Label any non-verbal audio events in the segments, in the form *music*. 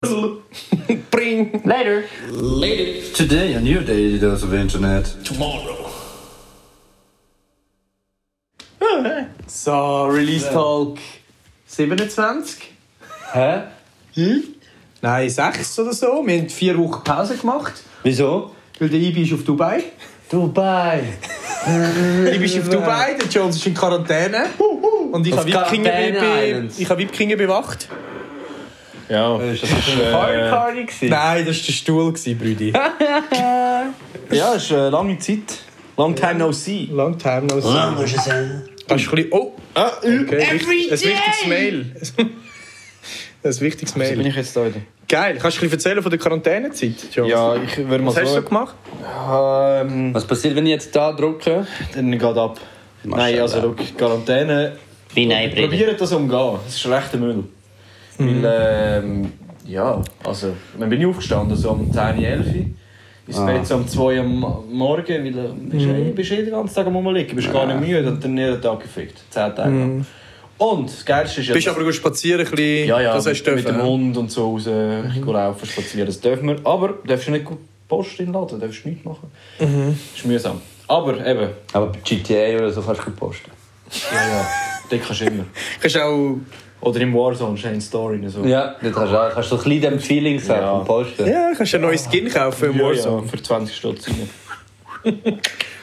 *laughs* Bring. Later. Later. Today, a new day does of internet. Tomorrow. So, Release Talk 27? Hä? Hm? Nein, 6 oder so. Wir haben vier Wochen Pause gemacht, Wieso? weil der Ibi ist auf Dubai. Dubai. Der *laughs* Ibi ist auf Dubai, der Jones ist in Quarantäne. Und ich Auf habe Wipkingen Quarantäne be- Islands. ich habe Wipkingen bewacht. Ja. Ist das äh, Party gewesen. Nein, das war der Stuhl, gewesen, Brüdi. Ja, eh, ist eine lange Zeit. Long time no see. Long time no see. Lang ist es Kannst du ein bisschen... Oh, Ah, äh. okay. Every ein wichtiges Mail. *laughs* ein wichtiges Also Bin Mail. ich jetzt da wieder? Geil. Kannst du ein bisschen erzählen von der Quarantänezeit, Jones? Ja, also- ich würde mal Was hast du so sagen. gemacht? Ähm, Was passiert, wenn ich jetzt da drücke? dann geht ab. Nein, Maschallah. also schau, Quarantäne. Wie nein, Probiert das umgehen. Das ist schlechter Müll. Weil, ähm, ja, also, dann bin ich aufgestanden, so um 10, 11 Uhr. Ins Bett so um 2 Uhr am Morgen, weil du bist, eh- bist eh den ganzen Tag am Rumliegen, bist gar nicht müde und dann jeden Tag gefickt. 10 Tage lang. Und das Geilste ist ja... Bist dass- aber gut spazieren, ein bisschen... ja, ja, das hast du mit, mit dem dürfen. Hund und so raus, mhm. ich gehe laufen, spazieren, das dürfen wir. Aber darfst du nicht gut Post inladen, darfst du nichts machen. ist mühsam. Aber eben, Aber bei GTA oder so kannst du gut posten. ja, ja, das kannst du immer. Kannst auch... Oder im Warzone, Shane Story. So. Ja, das kannst du auch. Kannst du so ein bisschen dem Feeling sagen Ja. vom Posten. Ja, kannst du ein neues Skin kaufen im Ja, Warzone. ja, für 20 Stutz. rein.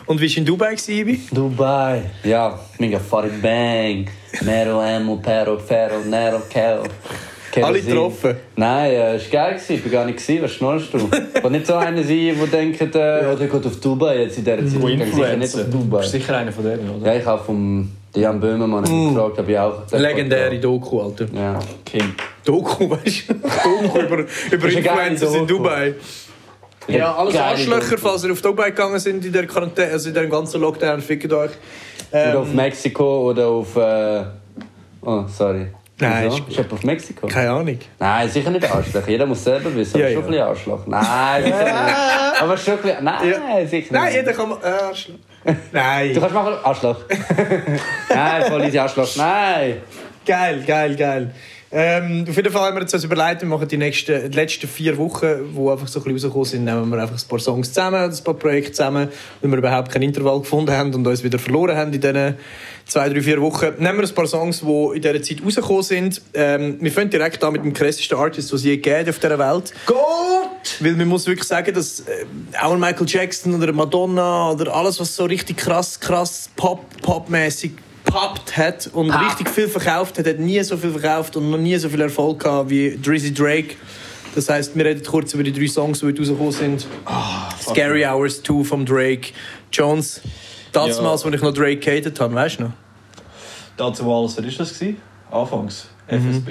Und wie war in Dubai, gewesen, Ibi? Dubai. Ja, mega fucking bang. Mero, Emo, Pero, Ferro, Nero, Keo. Alle Kerosin. getroffen? Nein, äh, es war geil. gewesen. Ich war gar nicht. Gewesen. Was schnurrst *laughs* du? Kann nicht so einer sein, der denkt, äh, ja, der geht auf Dubai jetzt in dieser Zeit. Wo Ich gehe sicher nicht Influencer. auf Dubai. Bist sicher einer von denen, oder? Ja, ich habe vom Jan Böhmermann mm. gefragt, ob ich auch... Legendäre Doku, Alter. Ja. King. Doku, *laughs* weißt du? Doku über, über Ist eine geile Influencers in Doku. Dubai. Ja, alles Geile Arschlöcher, Doku. falls ihr auf Dubai gegangen sind in der Quarantäne, also in diesem ganzen Lockdown, fickt euch. Ähm, Oder auf Mexiko oder auf... Äh... Oh, sorry. Nein, Wieso? ist- Ist jemand auf Mexiko? keine Ahnung. Nein, sicher nicht Arschloch. Jeder muss selber wissen, aber Ja, schon ja. ein bisschen Arschloch. Nein, sicher nicht. Aber schon ein bisschen... Nein, Ja. sicher Nein, nicht. jeder kann mal. Äh, *laughs* Arschlöcher. Du Nein. kannst machen... *laughs* Arschloch. Nein, voll easy Arschloch. Nein. Geil, geil, geil. Ähm, auf jeden Fall haben wir uns was überlegt, wir machen die, nächsten, die letzten vier Wochen, wo einfach so ein bisschen rausgekommen sind, nehmen wir einfach ein paar Songs zusammen, ein paar Projekte zusammen, weil wir überhaupt keinen Intervall gefunden haben und uns wieder verloren haben in diesen zwei, drei, vier Wochen. Nehmen wir ein paar Songs, die in dieser Zeit rausgekommen sind. Ähm, wir fangen direkt an mit dem krassesten Artist, den es je gegeben hat auf dieser Welt. Gold! Weil man muss wirklich sagen, dass äh, auch ein Michael Jackson oder eine Madonna oder alles, was so richtig krass, krass pop, popmäßig gepappt hat und Ah. richtig viel verkauft hat, hat nie so viel verkauft und noch nie so viel Erfolg gehabt wie Drizzy Drake. Das heißt, wir reden kurz über die drei Songs, die heute rausgekommen sind. Ah, Scary Hours 2 vom Drake. Jones, das Ja. Mal, als ich noch Drake gehatet habe, weißt du noch? Dazu alles, was war das? Gewesen? Anfangs. FSB.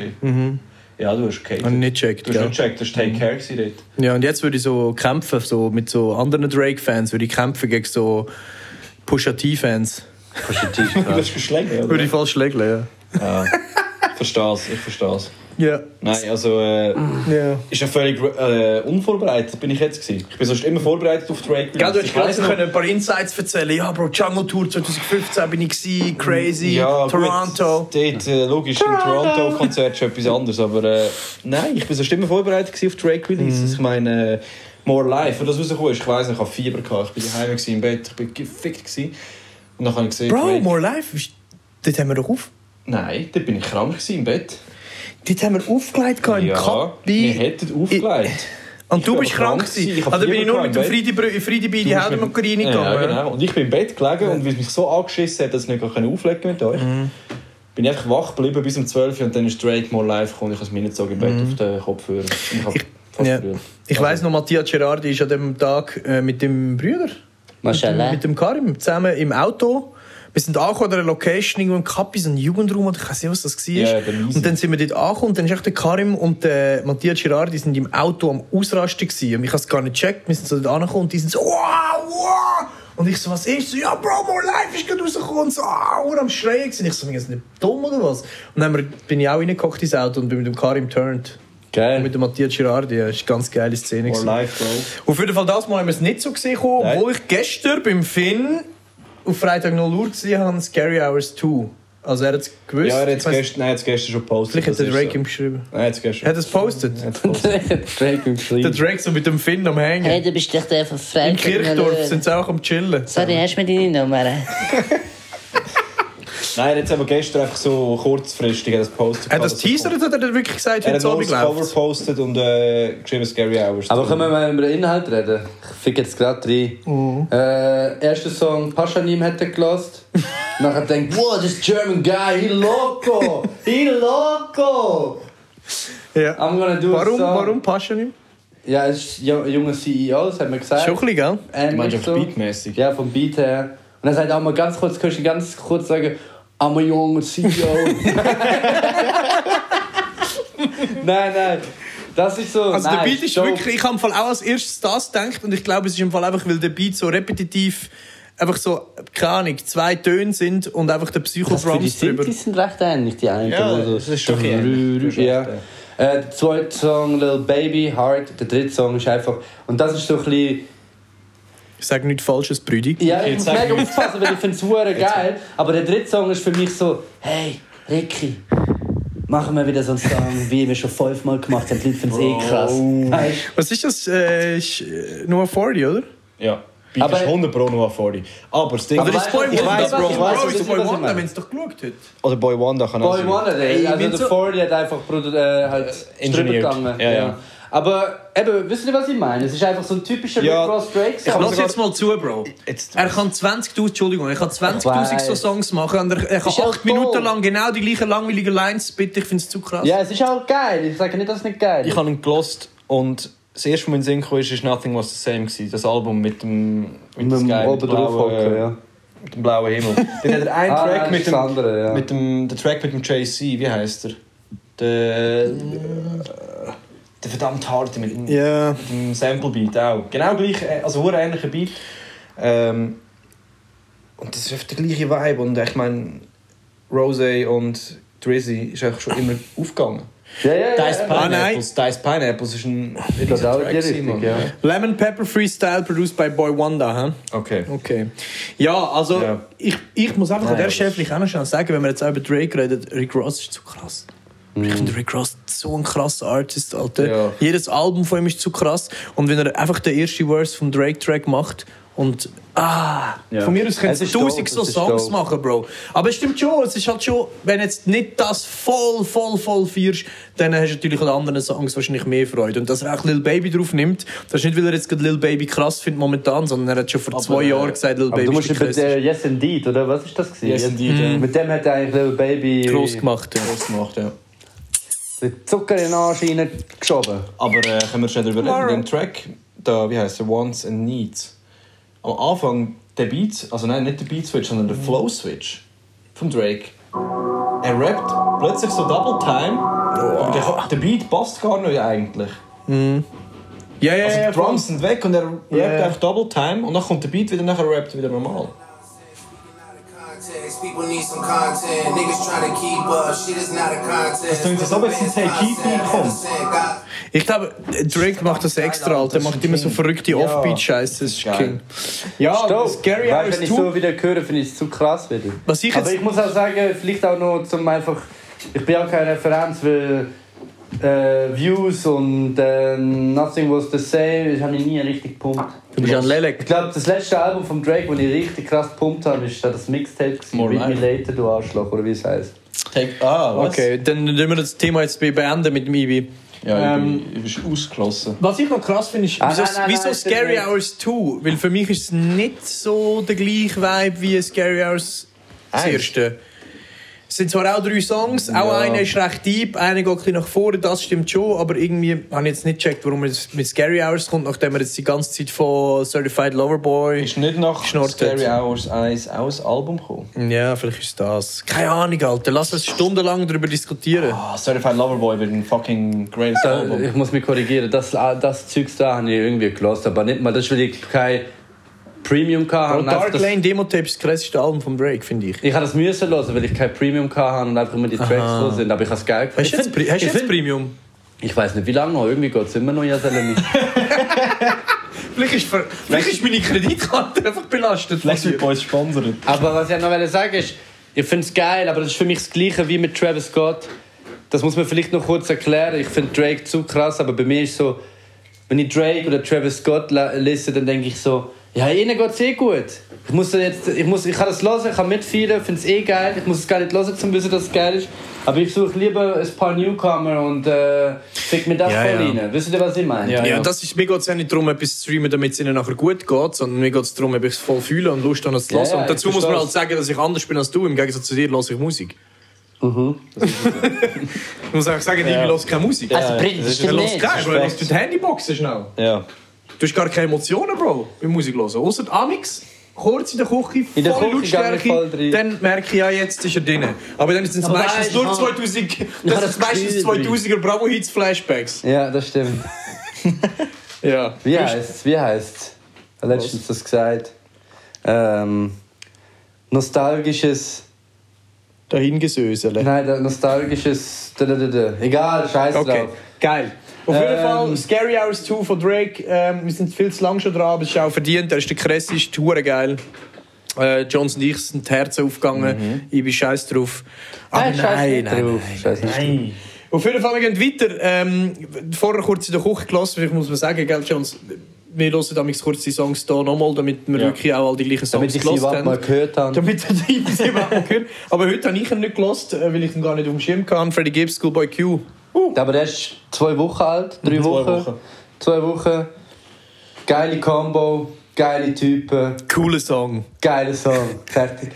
Ja, du hast Kate. Habe ich Du nicht gecheckt, hast nicht gell? gecheckt, das war dus Take Care gewesen dort. Ja, und jetzt würde ich so kämpfen, so mit so anderen Drake-Fans, würde ich kämpfen gegen so Pusha T-Fans. *laughs* Kannst du den Tisch Du krass. hast geschlagen, Würde oder? ich falsch schlägeln, ja. Verstehe es, ich verstehe es. Ja. Nein, also... Äh, ja. ist ja völlig äh, unvorbereitet, bin ich jetzt gewesen. Ich bin sonst immer vorbereitet auf Drake. Gell, du hättest Ich weiss gerade noch- können ein paar Insights erzählen. Ja, Bro, Jungle Tour 2015 bin ich gewesen, crazy, Ja, Toronto. Gut, dort, äh, logisch, im Toronto-Konzert ist etwas anderes, aber äh, nein, ich bin sonst immer vorbereitet gewesen auf Drake Mhm. Releases. Ich meine, äh, More Life, wenn das rausgekommen ist, ich weiss nicht, ich hatte Fieber, gehabt, ich bin daheim gewesen, im Bett, ich bin gefickt gewesen. Und dann habe ich gesehen, Bro, Drake- More Life, ist- dort haben wir doch auf. Nein, dort bin ich krank gewesen, im Bett. Dort haben wir aufgelegt gehabt, im Ja, wir Kappi. hätten aufgelegt. Und du bin bist aber krank krank gewesen. gewesen. Ich hab Ah, da bin ich Fieber nur mit dem gehabt, Friedi, Brü- Friedi bei die bist Helden mit- Macarini Ja, gegangen. genau. Und ich bin im Bett gelegen und weil es mich so angeschissen hat, dass ich nicht gar auflegen konnte mit euch, Mhm. bin ich einfach wach geblieben bis um 12 Uhr und dann ist Drake mal live gekommen und ich habe es mir nicht so im Bett auf den Kopf hören. Ich habe fast Mhm. ja. gerührt. Ich weiss noch, Mattia Gerardi ist an dem Tag äh, mit dem Brüder. Äh, Maschallah. Mit dem Karim zusammen im Auto. Wir sind angekommen an einer Location, irgendwo im Kappi, so ein Jugendraum, oder ich weiß nicht, was das war. Ja, der Miese. und dann sind wir dort angekommen und dann ist echt der Karim und der Matthias Girardi sind im Auto am Ausrasten gewesen. Und ich habe es gar nicht gecheckt. Wir sind so dort angekommen und die sind so, wow, wow! Und ich so, was ist? So, ja, Bro, more life ist gerade rausgekommen. Und so, ah, und am Schreien gewesen. Ich so, sind nicht dumm oder was? Und dann haben wir- bin ich auch reingekocht ins Auto und bin mit dem Karim turned. Geil. Mit dem Matthias Girardi, ja, ist eine ganz geile Szene. More gewesen. live, Bro. Auf jeden Fall, das Mal haben wir es nicht so gesehen, gekommen, Nein. obwohl ich gestern beim Finn auf Freitag 0 Uhr gesehen habe, Scary Hours 2. Also er hat es gewusst. Ja, er hat Ich es weiss- gestern, nein, er hat's gestern schon gepostet. Vielleicht hat das der ist Drake so. ihm geschrieben. Nein, er hat's gestern. Er hat es gepostet. Er hat's gepostet. Drake und Der Clean. Drake so mit dem Finn am Hängen. Hey, du bist doch der von Frank. Im Kirchdorf eh, sind sie auch am Chillen. Sorry, hast du mir deine Nummer? Nein, er hat aber gestern einfach so kurzfristig er hat das gepostet. Hat er das Also, teasert oder hat er wirklich gesagt, Er heute hat nur Abend das Cover läuft gepostet und äh, geschrieben Scary Hours. Aber können wir mal über den Inhalt reden? Ich fick jetzt gerade rein. Mhm. Äh, erster Song, Paschanim hat er gelost. Nachher denkt, wow, this German guy, he loco, he loco. ja. I'm gonna do a Warum, song. warum passt er nicht? Ja, es ist ju- ein junger CEO, das hat man gesagt. Schon ein bisschen, gell? Du meinst Ähnlich einfach beatmäßig. Ja, vom Beat her. Und er sagt auch mal ganz kurz, kannst du ganz kurz sagen, I'm a young E *laughs* CEO. *laughs* nein, nein. Das ist so. Also nein, der Beat ist dope. wirklich, ich habe im Fall auch als erstes das gedacht und ich glaube, es ist im Fall einfach, weil der Beat so repetitiv einfach so, keine Ahnung, zwei Töne sind und einfach der Für die Psycho-Drums drüber. Synthes sind recht ähnlich, die einen. Ja, wo so- das ist schon ähnlich. Das ist Ja. echt, Äh, der zweite Song, Little Baby, Heart. Der dritte Song ist einfach... Und das ist so ein bisschen... Ich sage nichts Falsches, Brüdi. Ja, ich Jetzt muss sag mega ich- aufpassen, weil ich finde es verdammt geil. Aber der dritte Song ist für mich so... Hey, Ricky, machen wir wieder so einen Song, wie wir schon fünfmal gemacht haben. Die Leute finden es eh krass. Weißt du? Was ist das? Äh, ist, äh, Noah 40, oder? Ja. Beat Aber- aber ist 100 Pro noch 40. Aber das Ding Aber Oder ist weißt Boy du, ich Wonder? weiss, Bro, ich weiss, Bro, ich ist weiss, Boy was ich Wonder, meine. wenn es doch geschaut hat. Oder Boy Wonder kann Boy Wonder, ich der, also bin der so- Fordy hat einfach produ- äh, halt drüber engineert. gegangen. Ja, ja. Aber eben, wisst ihr, was ich meine? Es ist einfach so ein typischer Ja. Rick Ross Drake Ich Song. muss- Lass sogar- jetzt mal zu, Bro. Jetzt- Er kann 20.000, Entschuldigung, er kann 20.000 so weiss. Songs machen und er, er kann Ist ja 8 toll. Minuten lang genau die gleichen langweiligen Lines bitten. Ich finde es zu krass. Ja, es ist auch geil. Ich sage nicht, dass es nicht geil Ich ist. habe ihn gelost und das erste, was mir in den Sinn kam, ist, ist Nothing Was The Same gewesen. Das Album mit dem... Mit, dem Sky, mit, blauen, mit dem blauen *laughs* Himmel. Dann hat er einen äh, Ah, Track das mit ist dem... das andere, ja. Mit dem... Der Track mit dem JC, wie heißt er? Der... Der verdammt harte mit dem... Ja. Mit dem Sample-Beat auch. Genau gleich, äh, also ein ähnlicher Beat. Ähm, und das ist einfach der gleiche Vibe. Und ich meine, Rosé und Drizzy ist einfach schon immer aufgegangen. Ja, ja, ja. Diced ja. Ah, nein. Pineapples, Diced Pineapples ist ein Das ist auch die gewesen, Richtung, Mann. ja. Lemon Pepper Freestyle, produced by Boy Wonder, hä? Okay. Okay. Ja, also Ja. Ich, ich muss Ah, einfach an Nein, der aber Stelle das- vielleicht auch noch schnell sagen, wenn wir jetzt auch über Drake reden, Rick Ross ist zu krass. Mhm. Ich finde Rick Ross so ein krasser Artist, Alter. Ja. Jedes Album von ihm ist zu krass. Und wenn er einfach den ersten Verse vom Drake-Track macht und ah, von mir aus Es könntest ist du tausend dope, so es ist Songs dope. machen, Bro. Aber es stimmt schon, es ist halt schon, wenn jetzt nicht das voll, voll, voll feierst, dann hast du natürlich an anderen Songs wahrscheinlich mehr Freude. Und dass er auch Lil Baby drauf nimmt, das ist nicht, weil er jetzt gerade Lil Baby krass findet momentan, sondern er hat schon vor zwei Jahren gesagt, Lil äh, Aber Baby du ist musst der über krasseste. der Yes Indeed, oder? Was ist das gewesen? Mhm. Yes Indeed, ja. Mit dem hat er eigentlich Little Baby groß gemacht. Ja. Also Gross gemacht, ja. den Zucker in den Arsch reingeschoben. Aber äh, können wir schnell darüber reden, Tomorrow. über den Track, da, wie heißt er, Wants and Needs. Am Anfang der Beat, also nein, nicht der Beat Switch, sondern der Flow Switch von Drake. Er rappt plötzlich so Double Time, aber der, der Beat passt gar nicht eigentlich. Ja, ja, Also ja. die Drums sind weg und er rappt Ja. einfach Double Time und dann kommt der Beat wieder, nachher rappt er wieder normal. Context, People need some content. Niggas trying to keep up. Shit is not a contest. doen ze zo met z'n twee keeping, kom. Ich glaube, Drake macht das extra, Alter. Er macht immer so verrückte Offbeat-Scheiße. Das ist Geil. King. Ja, aber Ah, Scary Weil, Hours wenn ich 2. so wieder höre, finde ich es zu krass wieder. Was ich Aber jetzt- ich muss auch sagen, vielleicht auch noch zum einfach. Ich bin auch keine Referenz, weil äh, Views und äh, Nothing Was the Same, das habe ich nie richtig gepumpt. Du bist ja ein Ich Lelek. glaube, das letzte Album von Drake, das ich richtig krass gepumpt habe, ist das Mixtape gewesen, More Read Me Life. Later, du Arschloch, oder wie es heisst. Take, ah, was? Okay, dann müssen wir das Thema jetzt beenden mit dem Ibi. Ja, Ähm, du bist ausgeschlossen. Was ich noch krass finde, ist, Ah, wieso, nein, nein, wieso nein, Scary stimmt nicht. Hours 2? Weil für mich ist es nicht so der gleiche Vibe wie Scary Hours das Eins. erste. Es sind zwar auch drei Songs, auch einer ist recht deep, einer geht ein bisschen nach vorne, das stimmt schon, aber irgendwie habe ich jetzt nicht gecheckt, warum es mit Scary Hours kommt, nachdem wir jetzt die ganze Zeit von Certified Lover Boy... Ist nicht nach Geschnurrt Scary hat. Hours 1 auch ein Album gekommen? Ja, vielleicht ist das. Keine Ahnung, Alter. Lass uns stundenlang darüber diskutieren. Ah, Certified Lover Boy wird ein fucking greatest Da, Album. ich muss mich korrigieren, das, ah, das Zeugs da habe ich irgendwie gelost, aber nicht mal, das will ich kein Premium hatte. Aber und einfach Oh, Dark Oh, das- Lane Demo Tape ist das krasseste Album von Drake, finde ich. Ich habe das müssen hören, weil ich kein Premium hatte und einfach immer die Tracks Aha. so sind, aber ich habe es geil gefunden. Hast du jetzt, Pri- hast du jetzt Premium? Ich weiß nicht, wie lange noch. Irgendwie geht es immer noch, ja, selber nicht. Vielleicht ist, ver- vielleicht ist meine Kreditkarte einfach belastet. Flex wird bei uns gesponsert. Aber was ich noch halt wollte sagen ist, Ich finde es geil, aber das ist für mich das Gleiche wie mit Travis Scott. Das muss man vielleicht noch kurz erklären. Ich finde Drake zu krass, aber bei mir ist so, wenn ich Drake oder Travis Scott la- lese, dann denke ich so, ja, ihnen geht es eh gut. Ich, muss da jetzt, ich, muss, ich kann das hören, ich kann mitfeiern, finde es eh geil. Ich muss es gar nicht hören, um zu wissen, dass es geil ist. Aber ich suche lieber ein paar Newcomer und äh, fick mir das Ja, voll ja. rein. Wisst ihr, was ich meine? Ja, das ist, mir geht es ja nicht darum, etwas zu streamen, damit es ihnen nachher gut geht, sondern mir geht es darum, ob ich es voll fühle und Lust habe, es zu Ja, hören. ja, und dazu ich muss man verstehe halt sagen, dass ich anders bin als du. Im Gegensatz zu dir höre ich Musik. Mhm. *laughs* ich muss auch sagen, ich höre keine Musik. Also bringt es Er dir lässt nicht. keinen, Bro. Er lässt durch die Handyboxen schnell. Ja. Du hast gar keine Emotionen, Bro, beim Musik hören. Außer Amix, kurz in der Küche, In der volle Küche gehe ich voll Lautstärke. rein. Dann merke ich, ja, jetzt ist er drin. Aber dann sind es Aber meistens weißt, nur ah, 2000, ich das habe sind das meistens Gefühl 2000er Bravo-Hits-Flashbacks. ja, das stimmt. Ja. Wie heißt Wie heißt Letztens das gesagt. Ähm, nostalgisches. Dahingesösele. Nein, da- nostalgisches. Da, da, da, da. Egal, scheiß Okay, drauf. geil. Auf jeden Ähm, Fall, Scary Hours 2 von Drake. Ähm, wir sind viel zu lang schon dran, aber es ist auch verdient. Er ist der krasseste, hure geil. Äh, Johnson und ich sind die Herzen aufgegangen. Ich bin scheiß drauf. Aber Mhm. Nein, scheiß nicht drauf. Scheiß nicht drauf. Nein. Auf jeden Fall, wir gehen weiter. Ähm, vorher kurz in der Küche gelassen, vielleicht muss man sagen, gell, Jones, wir hören damals kurz die Songs hier nochmal, damit wir Ja. wirklich auch all die gleichen Songs Damit ich sie überhaupt mal gehört *laughs* habe. damit wir die sie überhaupt mal hören. Aber heute habe ich ihn nicht gelassen, äh, weil ich ihn gar nicht auf dem Schirm hatte. Freddie Gibbs, Schoolboy Q. Aber der ist zwei Wochen alt, drei zwei Wochen. Wochen. Zwei Wochen. Geile Combo, geile Typen, Cooler Song. geiler Song. Fertig.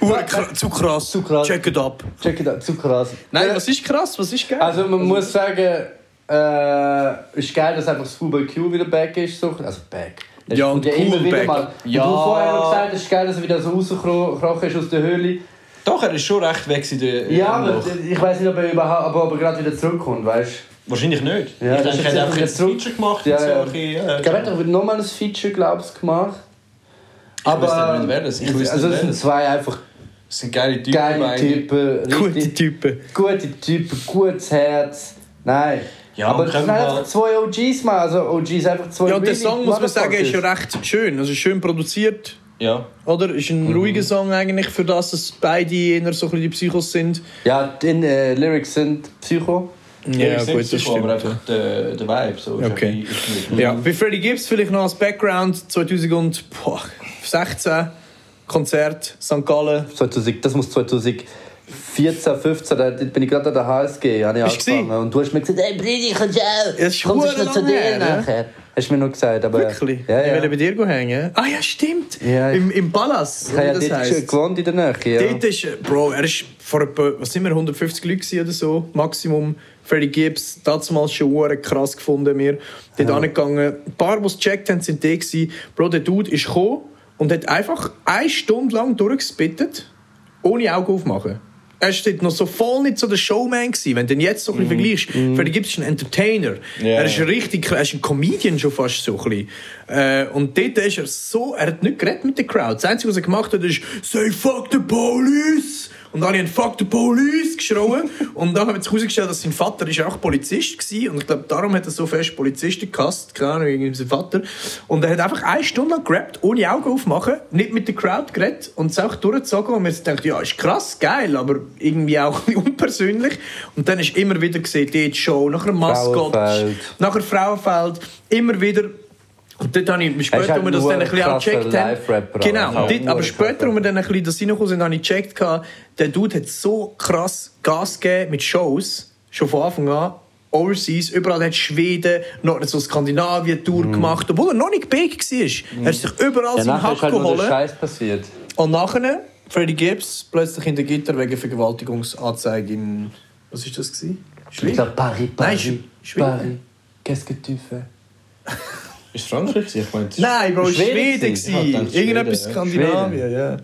Ur- kr- zu krass. äh, Zu krass. Check it up. Check it out, zu krass. Nein, Ja. was ist krass? Was ist geil? Also man muss sagen, äh, ist geil, dass einfach das Fußball Q wieder back ist. So. Also back. Es Ja, kommt und cool back. Ja. Und du hast vorher noch gesagt, es ist geil, dass er wieder so rausgekrochen ist aus der Höhle. Doch, er ist schon recht weg eh, in der Ja, aber ich weiß nicht, ob er überhaupt, aber ob er gerade wieder zurückkommt, weißt Wahrscheinlich nicht. Ja, ich das denke, ist er hat einfach jetzt jetzt ein Feature gemacht. Ja, und so ja. ein bisschen, äh, du? Ich glaube, er hat nochmal ein Feature, glaube ich, gemacht. weiss nicht, wer das- ich weiss also nicht, es wer sind das- zwei einfach Das sind geile Typen. geile eigentlich. Typen, Gute richtig Typen. gute Typen, gutes Herz. Nein. Ja, aber und das sind können wir- einfach zwei OGs, mal, also OGs einfach zwei Ja, und der really Song, muss man sagen, ist ja Motherfuckers. recht schön. Also schön produziert. Ja. Oder? Ist Mhm. ein ruhiger Song eigentlich für das, dass beide eher so ein bisschen die Psychos sind. Ja, die äh, Lyrics sind Psycho. ich sehe es so, Aber einfach der, der Vibe. So ist Okay. ein bisschen- Ja. Bei Mhm. Freddie Gibbs vielleicht noch als Background 2016 Konzert St. Gallen. 2000, das muss 2014, 15, da bin ich gerade an der HSG, habe ich Bist du angefangen. Und du hast mir gesagt, hey Bridi, kommst du auch? Es ist Kommst du verdammt noch zu lange dir her, ne? nachher? Hast du mir noch gesagt, aber... Wirklich? Ja, Ich will ja. bei dir hängen. Ah ja, stimmt. Ja, ich- Im, Im Palace. Ich habe ja oder dort das schon heisst. gewohnt in der Nähe, ja. Dort ist, eh, Bro, er ist vor etwa, was sind wir, 150 Leuten gewesen oder so, Maximum. Freddie Gibbs, damals schon verdammt krass gefunden, wir. Dort angegangen. Ein eh, paar, die es gecheckt haben, sind die gewesen. Bro, der Dude ist gekommen und hat einfach eine Stunde lang durchgespittet, ohne Augen aufmachen. Er war dort noch so voll nicht so der Showman gewesen, wenn du ihn jetzt so ein bisschen vergleichst. Freddie Gibbs ist ein Entertainer. Er ist richtig, er ist ein Comedian schon fast so ein bisschen. Äh, und dort ist er so, er hat nicht geredet mit der Crowd. Das Einzige, was er gemacht hat, ist «Say fuck the police!» Und alle haben «Fuck the police!» geschrien. und dann haben sie herausgestellt, dass sein Vater ist auch Polizist war. Und ich glaube, darum hat er so fest Polizisten gehasst. Keine Ahnung, irgendwie sein Vater. Und er hat einfach eine Stunde lang gerappt, ohne Augen aufmachen, nicht mit der Crowd geredet und es auch durchgezogen. Und wir dachten, ja, ist krass, geil, aber irgendwie auch *laughs* ein bisschen unpersönlich. Und dann ist immer wieder gesehen, dort Show, nachher Maskott, Frauenfeld. nachher Frauenfeld, immer wieder... Und dort habe ich, Er ist später, als halt wir das dann ein bisschen auch krasser gecheckt haben. Live-Rapper, Genau, also. dort, aber später, als wir dann ein bisschen das reingekommen sind, habe ich gecheckt, gehabt, der Dude hat so krass Gas gegeben mit Shows, schon von Anfang an. Overseas, überall hat Schweden, noch so Skandinavien-Tour gemacht, obwohl er noch nicht big war. Er ist sich überall Mhm. Ja, seinen nachher Hack ist halt nur der geholt. Scheiß passiert. Und nachher, Freddie Gibbs, plötzlich in der Gitter wegen Vergewaltigungsanzeige in. Was ist das? Gewesen? Ich Schweden? glaube, Paris, Paris, Schw- Schweden. Paris. Qu'est-ce que tu fais? Ist es Frankreich? gewesen? Ich meine, es ist- Nein, Bro, Schweden Schweden. gewesen. gewesen. Ah, dann Schweden, Irgendetwas ja. Skandinavien, ja.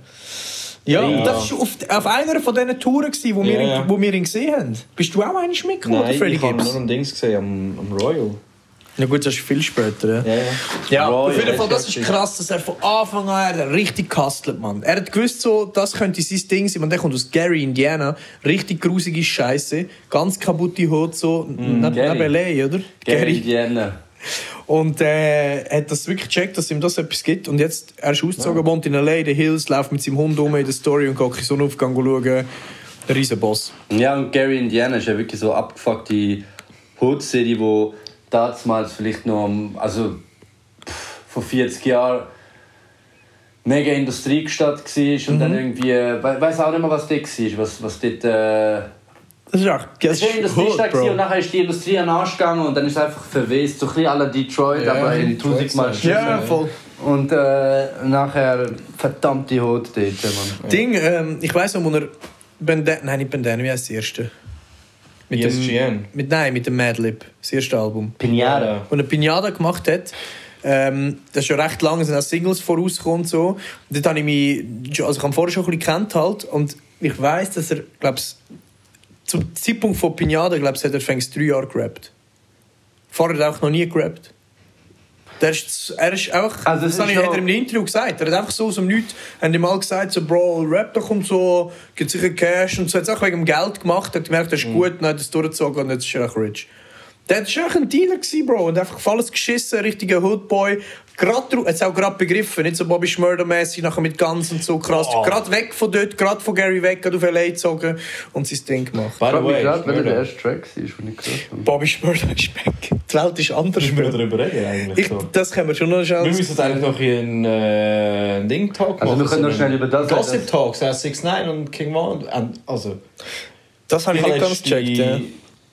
Ja, Ja. das war auf, auf einer von diesen Touren, gewesen, wo, wir Ja, ihn, ja. wo wir ihn gesehen haben. Bist du auch einer mitgekommen, oder Nein, Freddie ich habe nur Gibbs? am Dings gesehen, am, am um, Royal. Na gut, das ist viel später, ja. Ja, ja. Ja, Royal, auf jeden Fall, das richtig. ist krass, dass er von Anfang an er hat richtig gehustelt, Mann. Er hat gewusst, so, das könnte sein Ding sein. Man, der kommt aus Gary, Indiana. Richtig grusige Scheiße. Ganz kaputte Haut, so. neben, Gary. neben L.A., oder? Gary Vienna. Und äh, hat das wirklich gecheckt, dass ihm das etwas gibt. Und jetzt, er ist ausgezogen, wohnt in L.A., in den Hills, läuft mit seinem Hund um in der Story und geht in den Sonnenaufgang schauen. Ein Riesenboss. Ja, und Gary, Indiana ist ja wirklich so eine abgefuckte Hood-City, wo damals vielleicht noch, am- also pff, vor 40 Jahren, mega Industriestadt war und Mhm. dann irgendwie, ich weiß auch nicht mehr, was dort war, was, was dort... Äh, Das ist echt das es war eine ist cool, Industriestadt gewesen und Bro. nachher ist die Industrie an den Arsch gegangen und dann ist es einfach verwest, so ein bisschen à la Detroit, aber in Detroit tausendmal sein. schlimmer. Ja, voll. Und äh, nachher verdammte Hood dort, Mann. Ding, ähm, ich weiss noch, wo er... Bandana, nein, nicht Bandana, wie heisst das erste? Mit dem- ESGN. Mit, nein, mit dem Madlib, das erste Album. Pinata. wo eine Pinata gemacht hat. Ähm, das ist schon recht lange, sind auch Singles vorausgekommen. und So. Und dort habe ich mich, also ich habe vorher schon ein bisschen kennt halt. Und ich weiss, dass er, glaube zum Zeitpunkt von Pinata, glaube ich, hat er fängst drei Jahre gerappt. Vorher hat er auch noch nie gerappt. Der ist, er ist auch, Also das es ist habe ich, schon- hat er im Interview gesagt. Er hat einfach so aus dem Nichts, haben ihm mal gesagt, so, Bro, Rap, da kommt so, gibt sicher Cash und so. Hat es auch wegen dem Geld gemacht, hat gemerkt, das ist gut, dann hat er es durchgezogen und jetzt ist er auch rich. Der war auch ein Dealer, gewesen, Bro, und einfach auf alles geschissen, richtiger Hoodboy. Gerade, hat es auch gerade begriffen, nicht so Bobby Schmörder-mäßig, nachher mit Guns und so krass. Gerade weg von dort, gerade von Gary weg, gerade auf L.A. gezogen und sein Ding gemacht. By the Ich frage mich way, gerade, welcher der wir erste Track war, den ich gehört habe. Bobby Schmörder ist weg. Die Welt ist anders, müssen Bro. darüber reden eigentlich. Ich, so. das können wir schon noch Wir schauen. müssen jetzt eigentlich noch ein äh, ein Ding-Talk Also, machen. wir können noch so schnell einen über das reden. Gossip-Talks, äh, 6 9 und King Von. Also, Das habe ich nicht ganz gecheckt. ja.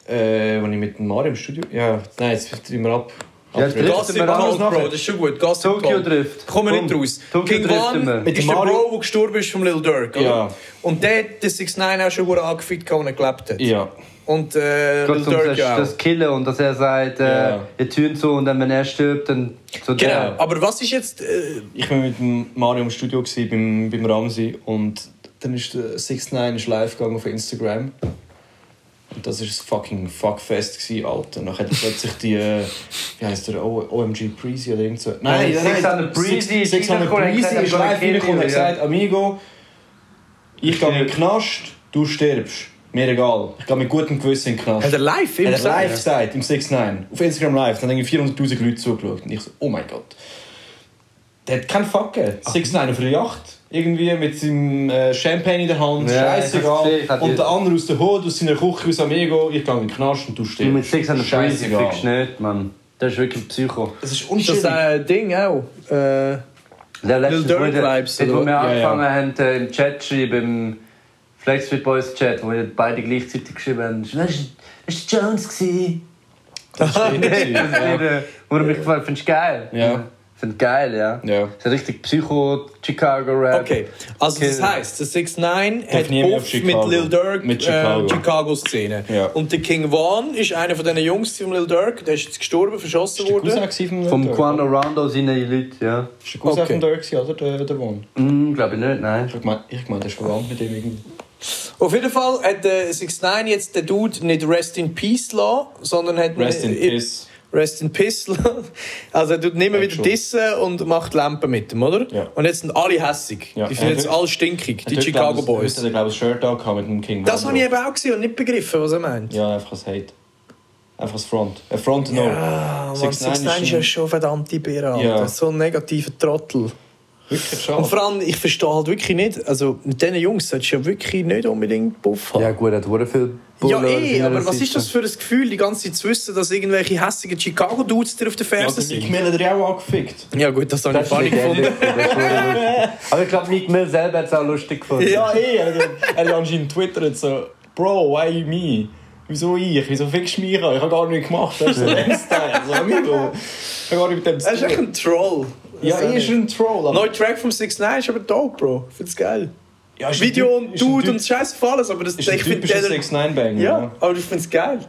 Äh, wenn ich mit dem Mario im Studio. Ja, nein, jetzt drehen wir ab. Ja, Ab- drehen wir Gossip Driften wir Cult, raus nachher? Bro, das ist schon gut. Gossip Tokyo Cult. Drift. Kommen wir nicht Komm. raus. Tokyo King Drift immer. One Mit ist der Mario- Bro, der gestorben ist von Lil Durk. oder? Ja. Und der hat den 6 9 auch schon verdammt angefickt gehabt und er gelebt hat. Ja. Und äh, Gott, Lil um Durk das, ja auch. das Killen und dass er sagt, äh, Ja. ihr tönt so und dann, wenn er stirbt, dann so Genau. der. Aber was ist jetzt. Äh, Ich war mit dem Mario im Studio gewesen, beim, beim Ramsi und dann ist der 6 9 ist live gegangen auf Instagram. Und das war ein fucking Fuckfest, gewesen, Alter. Nachher hat plötzlich die, äh, wie heisst der, O- OMG Breezy oder irgend so. Nein, 600 Breezy Six- ist 600 reingekommen, hat Breezy gesagt, ist I'm gonna live kill you, reingekommen und hat ja. gesagt, Amigo, ich gehe in den Knast, du stirbst. Mir egal, ich gehe mit gutem Gewissen in den Knast. hat er live im Hat er Äh, live gesagt, im 6 9 auf Instagram live, dann haben irgendwie 400'000 Leute zugeschaut und ich so, oh mein Gott. Der hat keinen Fuck gegeben. 6 9 auf der Yacht, irgendwie mit seinem äh, Champagne in der Hand, Ja, ich hab's scheißegal. gesehen, ich hab die- Und der andere aus der Hut, aus seiner Küche, aus Amigo, ich gehe in den Knast und du Du stehst. mit 600 Crazy Scheißegal. fickst nicht, Mann. Das ist wirklich ein Psycho. Es ist Das unschuldig. äh, Ding auch. Äh, Der letzte Lil Durk Vibes, Dort, wo oder? wir Ja, ja. angefangen haben äh, im Chat schreiben, im Flex Street Boys Chat, wo wir beide gleichzeitig geschrieben haben, das war das war Jones. *laughs* Gewesen. Äh, ja. Ja. Wo er mich gefragt hat, findest du geil? Ja. Find geil, ja. Ja. Das ist ein richtig Psycho, Chicago *laughs* Rap. okay. Also, das Killer. heisst, der 6 9 hat nie mehr auf oft mit Chicago. Lil Durk Mit Äh, Chicago. Chicago-Szene. Ja. Und der King Von ist einer von diesen Jungs von Lil Durk, der ist jetzt gestorben, verschossen Ist der worden. Cousin gewesen vom Vom Dörr? Quando Rondo seine Leute, ja. Ist der Cousin Okay. von Dörr gewesen, oder? Der, der Wohn. Hm, glaube ich nicht, nein. Ich meine, ich mein, der ist verwandt mit dem irgendwie. Auf jeden Fall hat der 6 9 jetzt den Dude nicht Rest in Peace lassen, sondern hat Rest in äh, Peace. Rest in Peace. lassen. *laughs* Also er tut nicht mehr wieder Actual. dissen und macht Lampen mit ihm, oder? Ja. Und jetzt sind alle hässig. Ja. Die sind Ja, jetzt dort- alle stinkig, die Dort, glaub Chicago ich, Boys. Dort hat er, glaube ich, ein Shirt angehabt mit dem King Das Von habe ich drauf. eben auch gesehen und nicht begriffen, was er meint. Ja, einfach ein Hate. Einfach ein Front. Ein Front, no. Ah, Mann, 6ix9ine 6 9 ist ja schon verdammt Bier, Ja. Alter. So ein negativer Trottel. Wirklich Und schade. vor allem, ich verstehe halt wirklich nicht, also mit diesen Jungs solltest du ja wirklich nicht unbedingt Buff haben. gut, er hat wurde viel Ja, eh, aber was ist das für ein Gefühl, die ganze Zeit zu wissen, dass irgendwelche hässigen Chicago-Dudes dir auf den Ja, Fersen der Nick sind? Miller hat er auch angefickt. Ja, gut, das habe ich Das ist funny legendär. gefunden. Das ist wirklich lustig. aber ich glaube, Nick Mill selber hat es auch lustig gefunden. Ja, eh. Er hat- er hat anscheinend twittert so, Bro, why me? Wieso ich? Wieso fickst du mich an? Ich habe gar nichts gemacht. Das ist so ein Style. So, amigo. Ich habe gar nicht mit dem Er ist echt zu ein Troll. Ja, Das er ist ein Troll. aber- Neuer Track vom 6 9 ist aber dope, Bro. Ich find's geil. Ja, ist ein Video Typ- und ist ein Dude Typ- und Scheiße auf alles, aber das Ist ein ich find typischer 6 9 bang Ja, aber ich find's geil.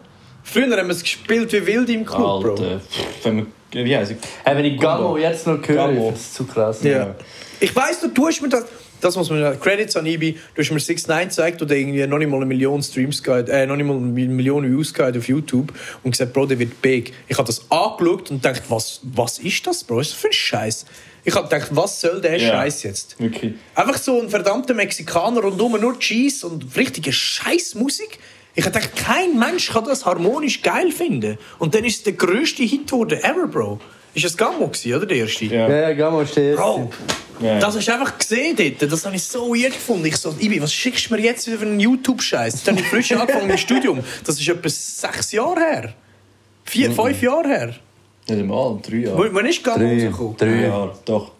Früher haben wir es gespielt wie wild im Club, Bro. Alter. eh, pff, Wenn wir... Wie heisst er? Hey, Äh, wenn ich Gamo Gumbo. jetzt noch höre, Gumbo. das ist zu krass. Ja. Ich weiss, du tust mir das. Das muss man ja. Credits an Ibi. Du hast mir 6 9 gezeigt oder irgendwie noch nicht mal eine Million Streams gehabt, äh, noch nicht mal eine Million Views gehabt auf YouTube und gesagt, Bro, der wird big. Ich habe das angeschaut und gedacht, was, was ist das, Bro? Was ist das für ein Scheiß? Ich habe gedacht, was soll der Ja. Scheiß jetzt? Wirklich. Einfach so ein verdammter Mexikaner und nur nur Cheese und richtige Scheißmusik. Ich hab gedacht, kein Mensch kann das harmonisch geil finden. Und dann ist es der grösste Hit geworden ever, Bro. Ist das Gammo gewesen, oder? Der erste? Ja. Ja, ja, Gamma steht. Bro, Ja. das hast du einfach gesehen dort. Das habe ich so weird gefunden. Ich so, Ibi, was schickst du mir jetzt wieder für einen YouTube-Scheiß? Dann habe ich frisch *laughs* angefangen mit dem Studium. Das ist etwa sechs Jahre her. Vier, Mhm. fünf Jahre her. Nicht mal, drei Jahre. Wann wann ist Gammo Drei, rausgekommen? Drei drei, Jahre, doch.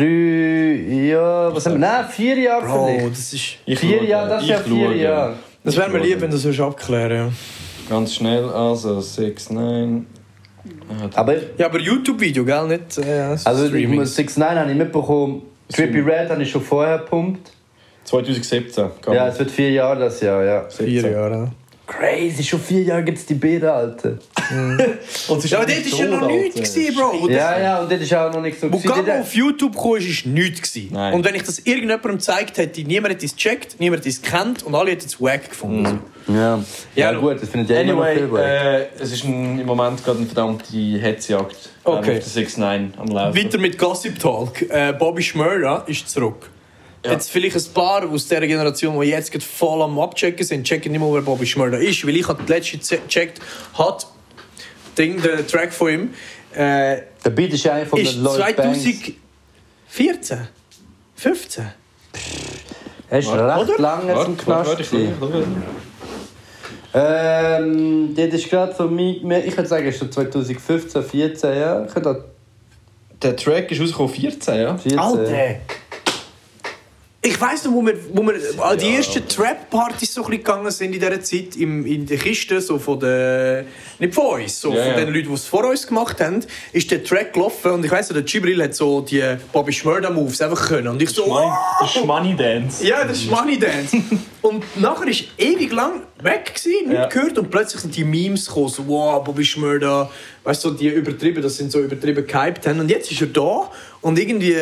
drei, ja, was haben wir? Nein, vier Jahre Bro, vielleicht. das ist... Ich Vier schaue, Jahre, das ist ja ich vier schaue. Jahre. Das wäre mir lieb, wenn du das würdest abklären Ganz schnell, also äh, 6, 9. Aber ich, ja. Ja, aber YouTube-Video, gell? Nicht äh, also ich Streaming. muss 6 9 habe ich mitbekommen. Trippy Red habe ich schon vorher gepumpt. 2017, komm. Ja, also, es wird vier Jahre das Jahr, ja. 17. Vier Jahre. Crazy, schon vier Jahre gibt es die Bilder, Alter. Und Ja, aber dort war ja noch nichts, gewesen, Bro. Und Ja, ja, und das ist auch noch nichts so Wo gewesen. Gammo auf YouTube kam, war nichts. gewesen. Nein. Und wenn ich das irgendjemandem gezeigt hätte, niemand hätte es gecheckt, niemand hätte es gekannt und alle hätten es wack Mhm. gefunden. Ja, ja, gut, das findet ja immer noch Anyway, viel weg. äh, es ist ein, im Moment gerade eine verdammte Hetzjagd. äh, Okay. Auf der 6 9 am Also. Laufen. Weiter mit Gossip Talk. Äh, Bobby Schmörer ist zurück. Jetzt vielleicht ein paar aus dieser Generation, die jetzt gerade voll am Abchecken sind, checken nicht mehr, wer Bobby Schmörer ist. Weil ich habe die letzte Ze- gecheckt, hat Ding, der Track von ihm, äh, Der Beat ist ja einer von ist den Lloyd Banks. 2014, 15. Er ist recht lange zum Knast. gewesen. Ähm, das ist gerade so mein, mein- ich würde sagen, ist so 2015, 14, ja. Ich könnte auch Der Track ist rausgekommen 14, ja? 14. Alter! Ich weiss noch, wo wir, wo wir an die ersten Trap-Partys so ein bisschen gegangen sind in dieser Zeit, im, in der Kiste, so von den, nicht von uns, so Ja, von ja. den Leuten, die es vor uns gemacht haben, ist der Track gelaufen und ich weiss noch, der Gibril hat so die Bobby Schmörder-Moves einfach können und ich so... Money, wow! das ist Money Dance. Ja, das ist Money *laughs* Dance. und nachher ist ewig lang weg gewesen, nicht Ja. gehört und plötzlich sind die Memes gekommen, so wow, Bobby Schmörder, weißt du, so die übertrieben, das sind so übertrieben gehypt haben. Und jetzt ist er da und irgendwie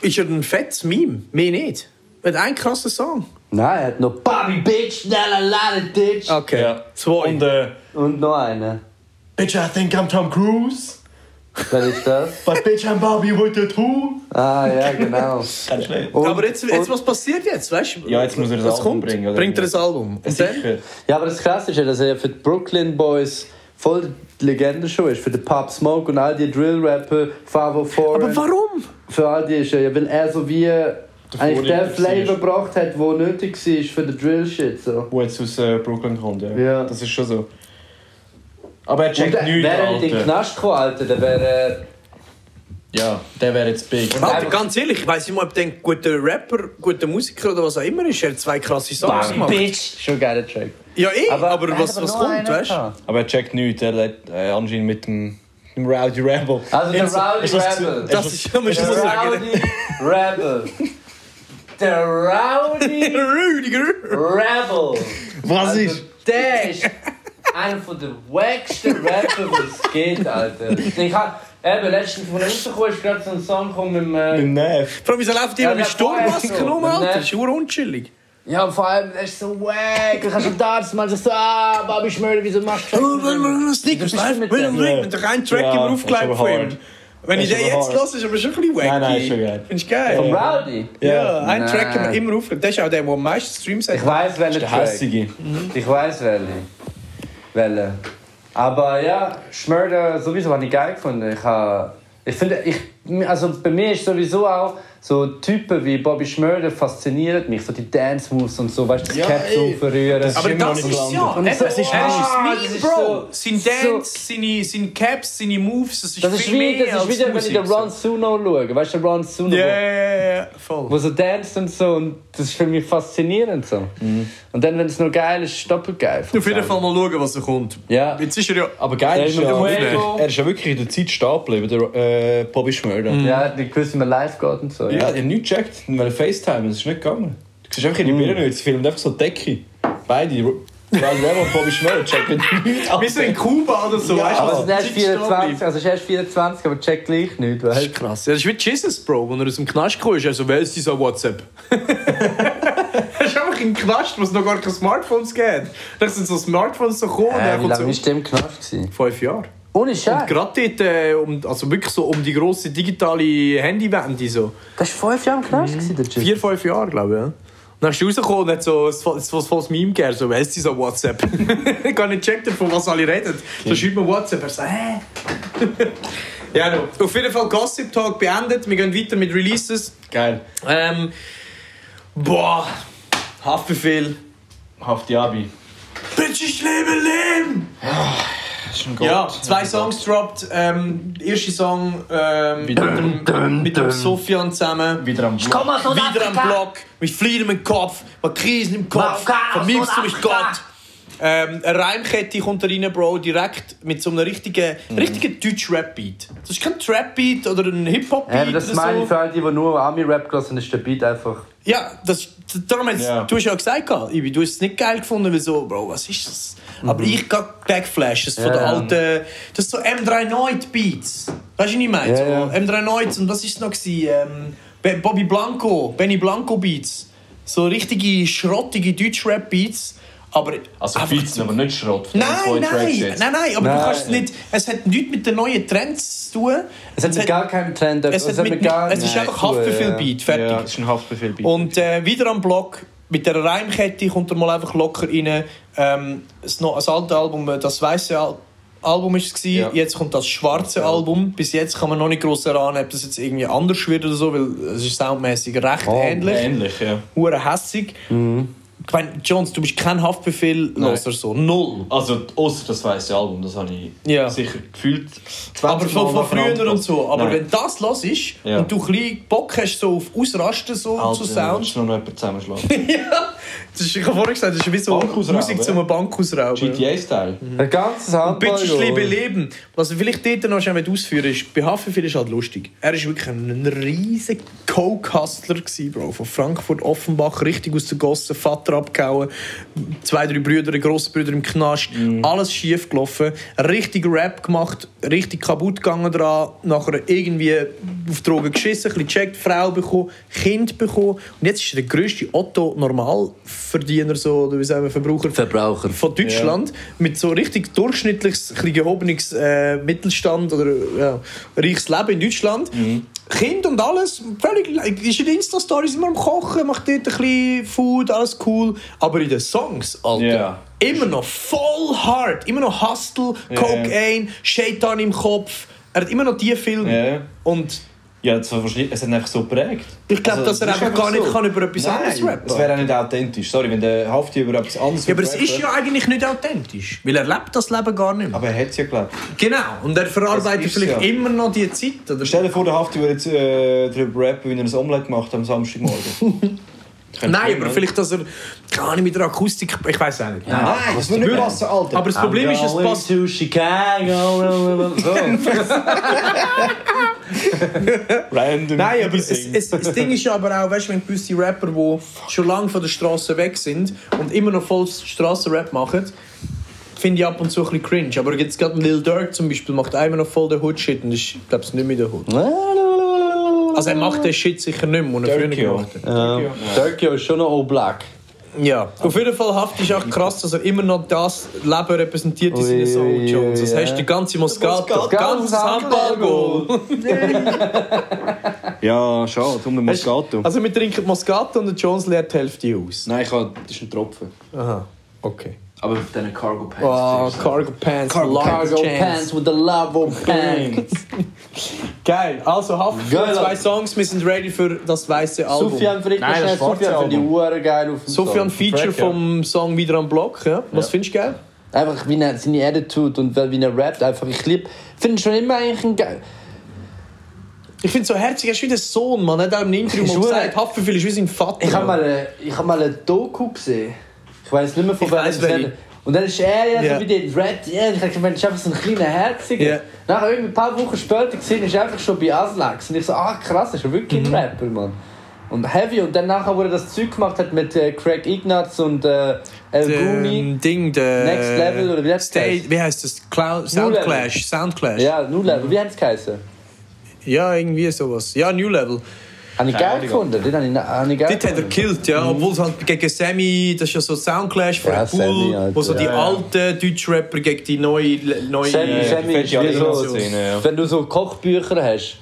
ist er ein fettes Meme, mehr nicht. Mit einem krassen Song. Nein, er hat noch Bobby Bitch, la la la Ditch. Okay, Ja. zwei. Und äh, Und noch einen. Bitch, I think I'm Tom Cruise. Wer ist das? But bitch, I'm Bobby with the two. Ah, ja, genau. Ganz schnell. Und, aber jetzt, jetzt und, was passiert jetzt, weißt du? Ja, jetzt muss er das Was Album kommt? bringen, oder? Bringt er das Album? Und dann? Sicher. ja, aber das Krasse ist ja, dass er für die Brooklyn Boys voll die Legende schon ist. Für den Pop Smoke und all die Drill-Rapper, Favo Aber Foreign. warum? für all die ist er, ja, weil er so wie eigentlich Vorredner den Flavor war. gebracht hat, der nötig war für den Drill-Shit. So. Wo jetzt aus äh, Brooklyn kommt, ja. Ja. Das ist schon so. Aber er checkt Und nichts, Wäre er nicht in den Alter. Knast gekommen, Alter, äh, dann wäre er... Ja, der wäre jetzt big. Alter, einfach- ganz ehrlich, ich weiss nicht mal, ob der ein guter Rapper, guter Musiker oder was auch immer ist. Er hat zwei krasse Songs gemacht. Bitch! Schon ein geiler Track. Ah. Ja, eh, aber, was, aber was nur kommt, einen weißt du? gehabt. Aber er checkt nichts, er lädt äh, anscheinend mit dem, dem Rowdy Rebel. Also der Rowdy Rebel. Das ist ja, muss ich Der sagen. Rowdy Rebel. Der Rowdy *laughs* Rüdiger! Rebel. Was Also, ist? Der ist einer von der wacksten Rapper, was es geht, Alter. Ich hab... Eben, letztens, von rausgekommen ist gerade so ein Song gekommen mit dem... äh, Im Nerv. Vor allem, wieso läuft Ja, immer mit der vorher Sturmmasken schon. rum, Alter? Nein. Das ist ur unchillig. Ja, und vor allem, das ist so wack. Du kannst am Darts mal so, ah, Bobby Schmöller, wieso machst du Snickers bist live mit mit dem dem. Ring, mit dem reinen Track Ja, immer aufgelegt ist aber von ihm. hard. Wenn ich Ist den aber jetzt hard. lasse, ist aber schon ein bisschen wacky. Nein, nein, ist schon geil. Findest du geil? Rowdy? Ja, ein Nein. Track immer immer aufgelegt. Das ist auch der, der am meisten Streams Ich hat. weiß welchen Der Track. Hässige. Ich weiß welchen. Welchen. Aber ja, Schmörder sowieso habe ich geil gefunden. Ich, hab- ich finde, ich, also bei mir ist sowieso auch so Typen wie Bobby Schmörder fasziniert mich. So die Dance Moves und so, weißt du, die Ja, Caps ey. umverrühren. Aber immer noch das nicht ist ja, Und eben, so, es ist ah, er das ist ist Bro. so- Sein Dance, seine, seine Caps, seine Moves, das ist Das ist viel wie, mehr das ist als wie der, wenn ich Musik, den so. Ron Suno schaue. Weißt du, den Ron Suno? Ja, ja, ja, ja, voll. wo so tanzt und so und das ist für mich faszinierend so. Und dann, wenn es noch geil ist, ist es doppelt geil. Auf jeden Fall mal schauen, was er kommt. Ja. Jetzt ist er ja. Aber geil Der ist ist ja, noch auch, der er Fuego. ist ja wirklich in der Zeit stehen geblieben, der äh, Bobby Schmörder. Mhm. Ja, hat nicht gewusst, wie man live geht und so. Ja, die Ja. haben nichts gecheckt, die wollen FaceTime, das ist nicht gegangen. Du siehst einfach ihre Mhm. Bilder nicht, sie filmen einfach so die Decke. Beide, Rowdy Rebel und Bobby Schmörder checken nichts ab. Wir sind in Kuba oder so, weißt du? Ah, Aber es ist was? erst 24, also es ist erst 24, aber check gleich nicht, Das weißt ist krass. Ja, das ist wie Jesus, Bro, wenn er aus dem Knast gekommen ist. Also, wer ist dieser WhatsApp? *laughs* Er ist einfach im Knast, wo es noch gar keine Smartphones gibt. Da sind so Smartphones so gekommen. du? und er Äh, wie kommt lange so ist der im Knast? gewesen? fünf Jahre. Ohne Scheiß. Gerade dort, äh, um, also wirklich so um die grosse digitale Handywende. So. Mhm. Das war fünf Jahre im Knast, gewesen, der Typ. Vier, fünf Jahre, glaube ich. Ja. Dann ist rausgekommen und hat so ein vo- ein vo- volles Meme gegeben, so weißt du, so WhatsApp. *laughs* ich habe nicht checkt, von was alle reden. So schreibt man WhatsApp, er so, hä? *laughs* ja, no. Auf jeden Fall Gossip Talk beendet, wir gehen weiter mit Releases. Geil. Ähm, boah, Haftbefehl. Haftiabi. Bitch, ich lebe, leben! Das Ah, ist ein Ja, zwei Songs dropped. Ähm, der erste Song ähm, mit, dem, mit dem Sofian zusammen. Wieder am Block. Komm aus Wieder am Block, mit Fliehen im Kopf, mit Krisen im Kopf, Mafka, vermisst du mich Südafrika. Gott. Ähm, eine Reimkette kommt da rein, Bro, direkt mit so einem richtigen, Mhm. richtigen Deutsch-Rap-Beat. Das ist kein Trap-Beat oder ein Ja, Hip-Hop-Beat aber das oder so. meine ich für alle, die die nur Ami-Rap gelassen haben, ist der Beat einfach... Ja, das, darum hast Ja. du hast ja gesagt, gehabt, Ibi, du hast es nicht geil gefunden, weil so, Bro, was ist das? Aber ich gehe Backflashes von der Ja. alten, das ist so M39 Beats. Weißt du, was ich meine? Ja, so, ja. M39 und was ist es noch? Gewesen? Ähm, Be- Bobby Blanco, Benny Blanco Beats. So richtige, schrottige Deutschrap-Beats. Aber Also einfach Beats, aber nicht Schrott. Nein, Zwei Tracks nein, jetzt. nein, nein, aber du Nein. kannst es nicht. Es hat nichts mit den neuen Trends zu tun. Es hat mit gar keinen Trend. es, hat mit, es ist einfach Haftbefehl Beat, fertig. Ja, das ist ein Haftbefehl. Beat. Und äh, wieder am Block, mit der Reimkette kommt er mal einfach locker rein. Ähm, es noch das alte Album, äh, das weiße Al Album war es, Ja. jetzt kommt das schwarze Album. Bis jetzt kann man noch nicht groß erahnen, ob das jetzt irgendwie anders wird oder so, weil es ist soundmäßig recht Oh, ähnlich. Ähnlich, ja. Hure hässig. Ich meine, Jones, du bist kein Haftbefehl, Mhm. Nein. loser so. Null. Also, außer das weiße Album, das habe ich Ja. sicher gefühlt. 20 Aber von, Mal von früher nacheinander. und so. Aber Nein. wenn das los ist Ja. Halt und du ein bisschen Bock hast so auf Ausrasten so, Alter, zu dann Sound, willst du nur noch jemanden *laughs* zusammenschlagen. Ja, das ist, ich habe vorhin gesagt, das ist wie so Bankausrauben, Musik zum ja. Bankausrauben. GTA-Style. Mhm. Ein ganzes Handball. Bitte schlimme Leben. Was ich vielleicht dort noch schnell ausführen will, ist, bei Haftbefehl ist halt lustig. Er war wirklich ein riesiger Coke-Hustler, gewesen, Bro. Von Frankfurt, Offenbach, richtig aus der Gosse, Vater abgehauen, zwei, drei Brüder, Grossbrüder im Knast, alles schief gelaufen, richtig Rap gemacht, richtig kaputt gegangen dran, nachher irgendwie auf Drogen geschissen, ein bisschen gecheckt, Frau bekommen, Kind bekommen. Und jetzt ist er der grösste Otto-Normalverdiener, so, oder wie sagen wir, Verbraucher Verbraucher. von Deutschland mit so richtig durchschnittliches, ein bisschen gehobenes äh, Mittelstand oder ja, reiches Leben in Deutschland. Mhm. Kind und alles, völlig, ist in den Insta-Stories immer am Kochen, macht dort ein bisschen Food, alles cool. Aber in den Songs, Alter, Ja. immer noch voll hard, immer noch Hustle, Cocaine, Shaitan im Kopf. Er hat immer noch die Filme. Ja. Und Ja, das war wahrscheinlich, es hat ihn einfach so geprägt. ich glaube, dass er das ist einfach gar nicht so. kann über etwas Nein, anderes rappen Das wäre auch nicht authentisch. Sorry, wenn der Hafti über etwas anderes Ja, aber es rappen ist ja eigentlich nicht authentisch, weil er lebt das Leben gar nicht mehr. Aber er hat es ja gelebt. Genau, und er Das verarbeitet ist vielleicht ja. immer noch die Zeit. Oder? Stell dir vor, der Hafti würde jetzt äh, darüber rappen, wie er ein Omelette gemacht hat *laughs* am Samstagmorgen. Nein, aber vielleicht, dass er gar nicht mit der Akustik. Ich weiß auch nicht. Nein, das würde nicht passen, Alter. Aber das Problem ist, es passt. to Chicago. *laughs* So. *laughs* Random. Nein, aber es, Sing. es, das Ding ist ja aber auch, weißt du, wenn gewisse Rapper, die schon lange von der Straße weg sind und immer noch voll Straßenrap machen, finde ich ab und zu ein bisschen cringe. Aber jetzt gerade ein Lil Durk zum Beispiel macht immer noch voll den Hood-Shit und ich glaube es nicht mehr der Hood. Also er macht den Shit sicher nicht mehr, den er früher Dirk, ja. gemacht hat. Ja. Turkey ist schon noch all black. Ja, auf jeden Fall Haft ist auch krass, dass er immer noch das Leben repräsentiert in seinen Ui, Soul ui, Jones. Das ui, heißt, ja. der ganze Moscato, Moscato, ganz ganz Handballgoal. Ja, schade, um den Moscato. Also wir trinken Moscato und der Jones leert die Hälfte aus. Nein, ich habe, das ist ein Tropfen. Aha, okay. Aber mit diesen Cargo Pants. Wow, Cargo Pants, Cargo, Cargo Pants with the Lavo *laughs* Pants. Geil, also Haft, Geil. zwei Songs, wir sind ready für das weiße Album. Sufjan Frick Nein, das ist schwarze Sufjan für die Album. Uhren geil auf dem Sofern Song. Feature Track, ja. vom Song Wieder am Block, ja? Was findest du geil? Einfach wie er seine Attitude und wie er rappt. Einfach, ich liebe, finde schon immer eigentlich ein geil. Ich finde so herzig, er ist wie der Sohn, man. Er hat auch im Interview Ist mal hure- gesagt, Haft viel ist wie sein Vater. Ich habe Mann. mal, eine- ich hab mal eine Doku gesehen. Ich weiß nicht mehr von Ich welchem weiss, Sender. welche. Und dann ist er ja Ja. so wie der Red. Ja, ich dachte, Mensch, ist einfach so ein kleiner Herziger. Ja. Nachher irgendwie ein paar Wochen später gesehen, ist er einfach schon bei Aslax. Und ich so, ah krass, ist er wirklich Mhm. ein Rapper, Mann. Und Heavy. Und dann nachher, wo er das Zeug gemacht hat mit äh, Craig Ignatz und äh, El Gumi. Ähm, Ding, der. Next Level oder wie heißt das? State, wie heißt das? Clou New Sound Level. Clash. Sound Clash. Ja. Ja, New Level. Wie hat es geheißen? irgendwie sowas. Ja, New Level. Habe ich geil gefunden. Den habe ich, hab ich geil Dort hat er gefunden. gekillt, ja. Obwohl es halt gegen Sammy, das ist ja so Sound Clash von Ja, Red Bull, Sammy, Alter. wo so die Ja, ja. alten Deutschrapper gegen die neue. neue Sammy, ja, Sammy fette ist wie so, Generation, ja. wenn du so Kochbücher hast,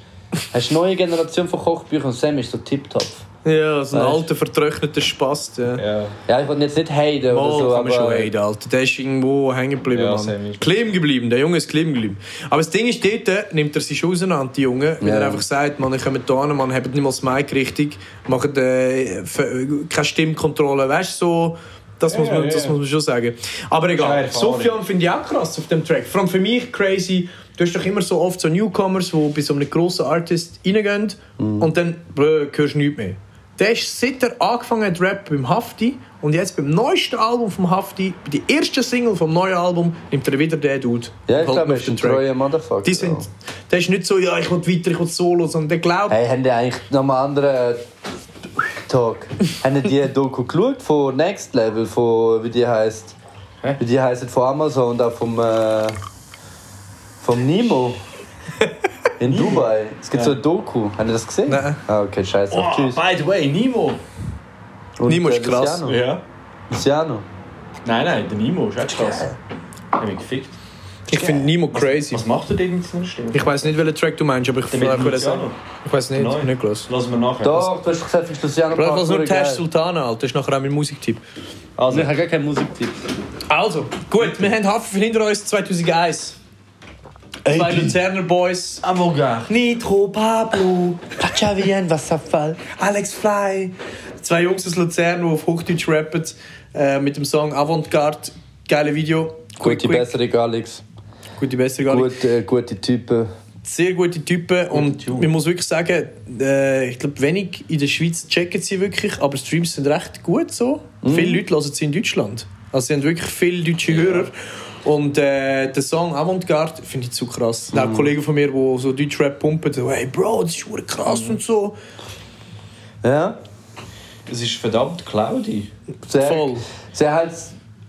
hast du eine neue Generation von Kochbüchern und Sammy ist so Tiptopf. Ja, so ein Weißt? alter, vertrockneter Spast. Ja. Ja. Ja, ich wollte jetzt nicht heiden oder Mal so, kann man aber... schon reden, Alter. Der ist irgendwo hängen geblieben, Ja, Mann. Sammy ist- Kleben geblieben, der Junge ist kleben geblieben. Aber das Ding ist, dort äh, nimmt er sich schon auseinander, die Jungen, weil Ja. er einfach sagt, man, ich komme da hin, man, habt nicht mal das Mic richtig, macht äh, f- keine Stimmkontrolle, weißt du, so... Das, muss Ja, man, ja, das ja. muss man schon sagen. Aber egal, Keine Erfahrung. Sofian finde ich auch krass auf dem Track. Vor allem für mich crazy, du hast doch immer so oft so Newcomers, die bei so einem grossen Artist reingehen und dann blö, hörst du nichts mehr. Der ist, seit er angefangen hat, Rap beim Hafti und jetzt beim neuesten Album vom Hafti, bei der ersten Single vom neuen Album, nimmt er wieder den Dude. Ja, und ich holt ihn Halt glaube, er auf ist den ein treuer Motherfucker. Die sind, der ist nicht so, ja, ich will weiter, ich will Solo, sondern der glaubt, Hey, haben die eigentlich noch mal einen anderen äh, Talk? haben die die Doku geschaut von Next Level, von, wie die heißt? Wie die heißt von Amazon und auch vom, äh, vom Nemo in Dubai. Es gibt so eine Doku. Haben die das gesehen? Nein. Oh. Ah, okay, scheiße. Tschüss. by the way, Nimo. Und, Nemo ist äh, krass. Luciano. Ja. Luciano. Nein, nein, der Nimo ist echt krass. Hab mich gefickt. ich finde Nemo crazy. Was macht er denn mit seiner Stimme? Ich weiß nicht, welchen Track du meinst, aber ich Der mit vielleicht würde ich Luciano. sagen. Ich weiß nicht, ich Nein. nicht gehört. Lassen wir nachher. Doch, du hast gesagt, ich Luciano. Bro, ich Park, weiß nur hure geil. Tash Sultana, Alter. Das ist nachher auch mein Musiktipp. Also, Ich habe gar keinen Musiktipp. Also, gut, wir haben Hafen hinter uns 2001. Zwei Luzerner Boys. Ah, Avogar. Nitro, Pablo, Pacha wie ein Wasserfall. Alex Fly. Zwei Jungs aus Luzern, die auf Hochdeutsch rappen. Äh, mit dem Song Avantgarde. Geile Video. Gute Besserung, Alex. Gute Besserung. Gut. Gut, äh, gute Typen. Sehr gute Typen. Und man muss wirklich sagen, äh, ich glaube, wenig in der Schweiz checken sie wirklich, aber Streams sind recht gut so. Viele Leute hören sie in Deutschland. Also sie haben wirklich viele deutsche Hörer. Und äh, der Song Avantgarde finde ich zu krass. Auch Kollegen von mir, die so Deutschrap pumpen, so, hey Bro, das ist hure krass und so. Ja? Es ist verdammt cloudy. Sehr, Voll. Sehr halt,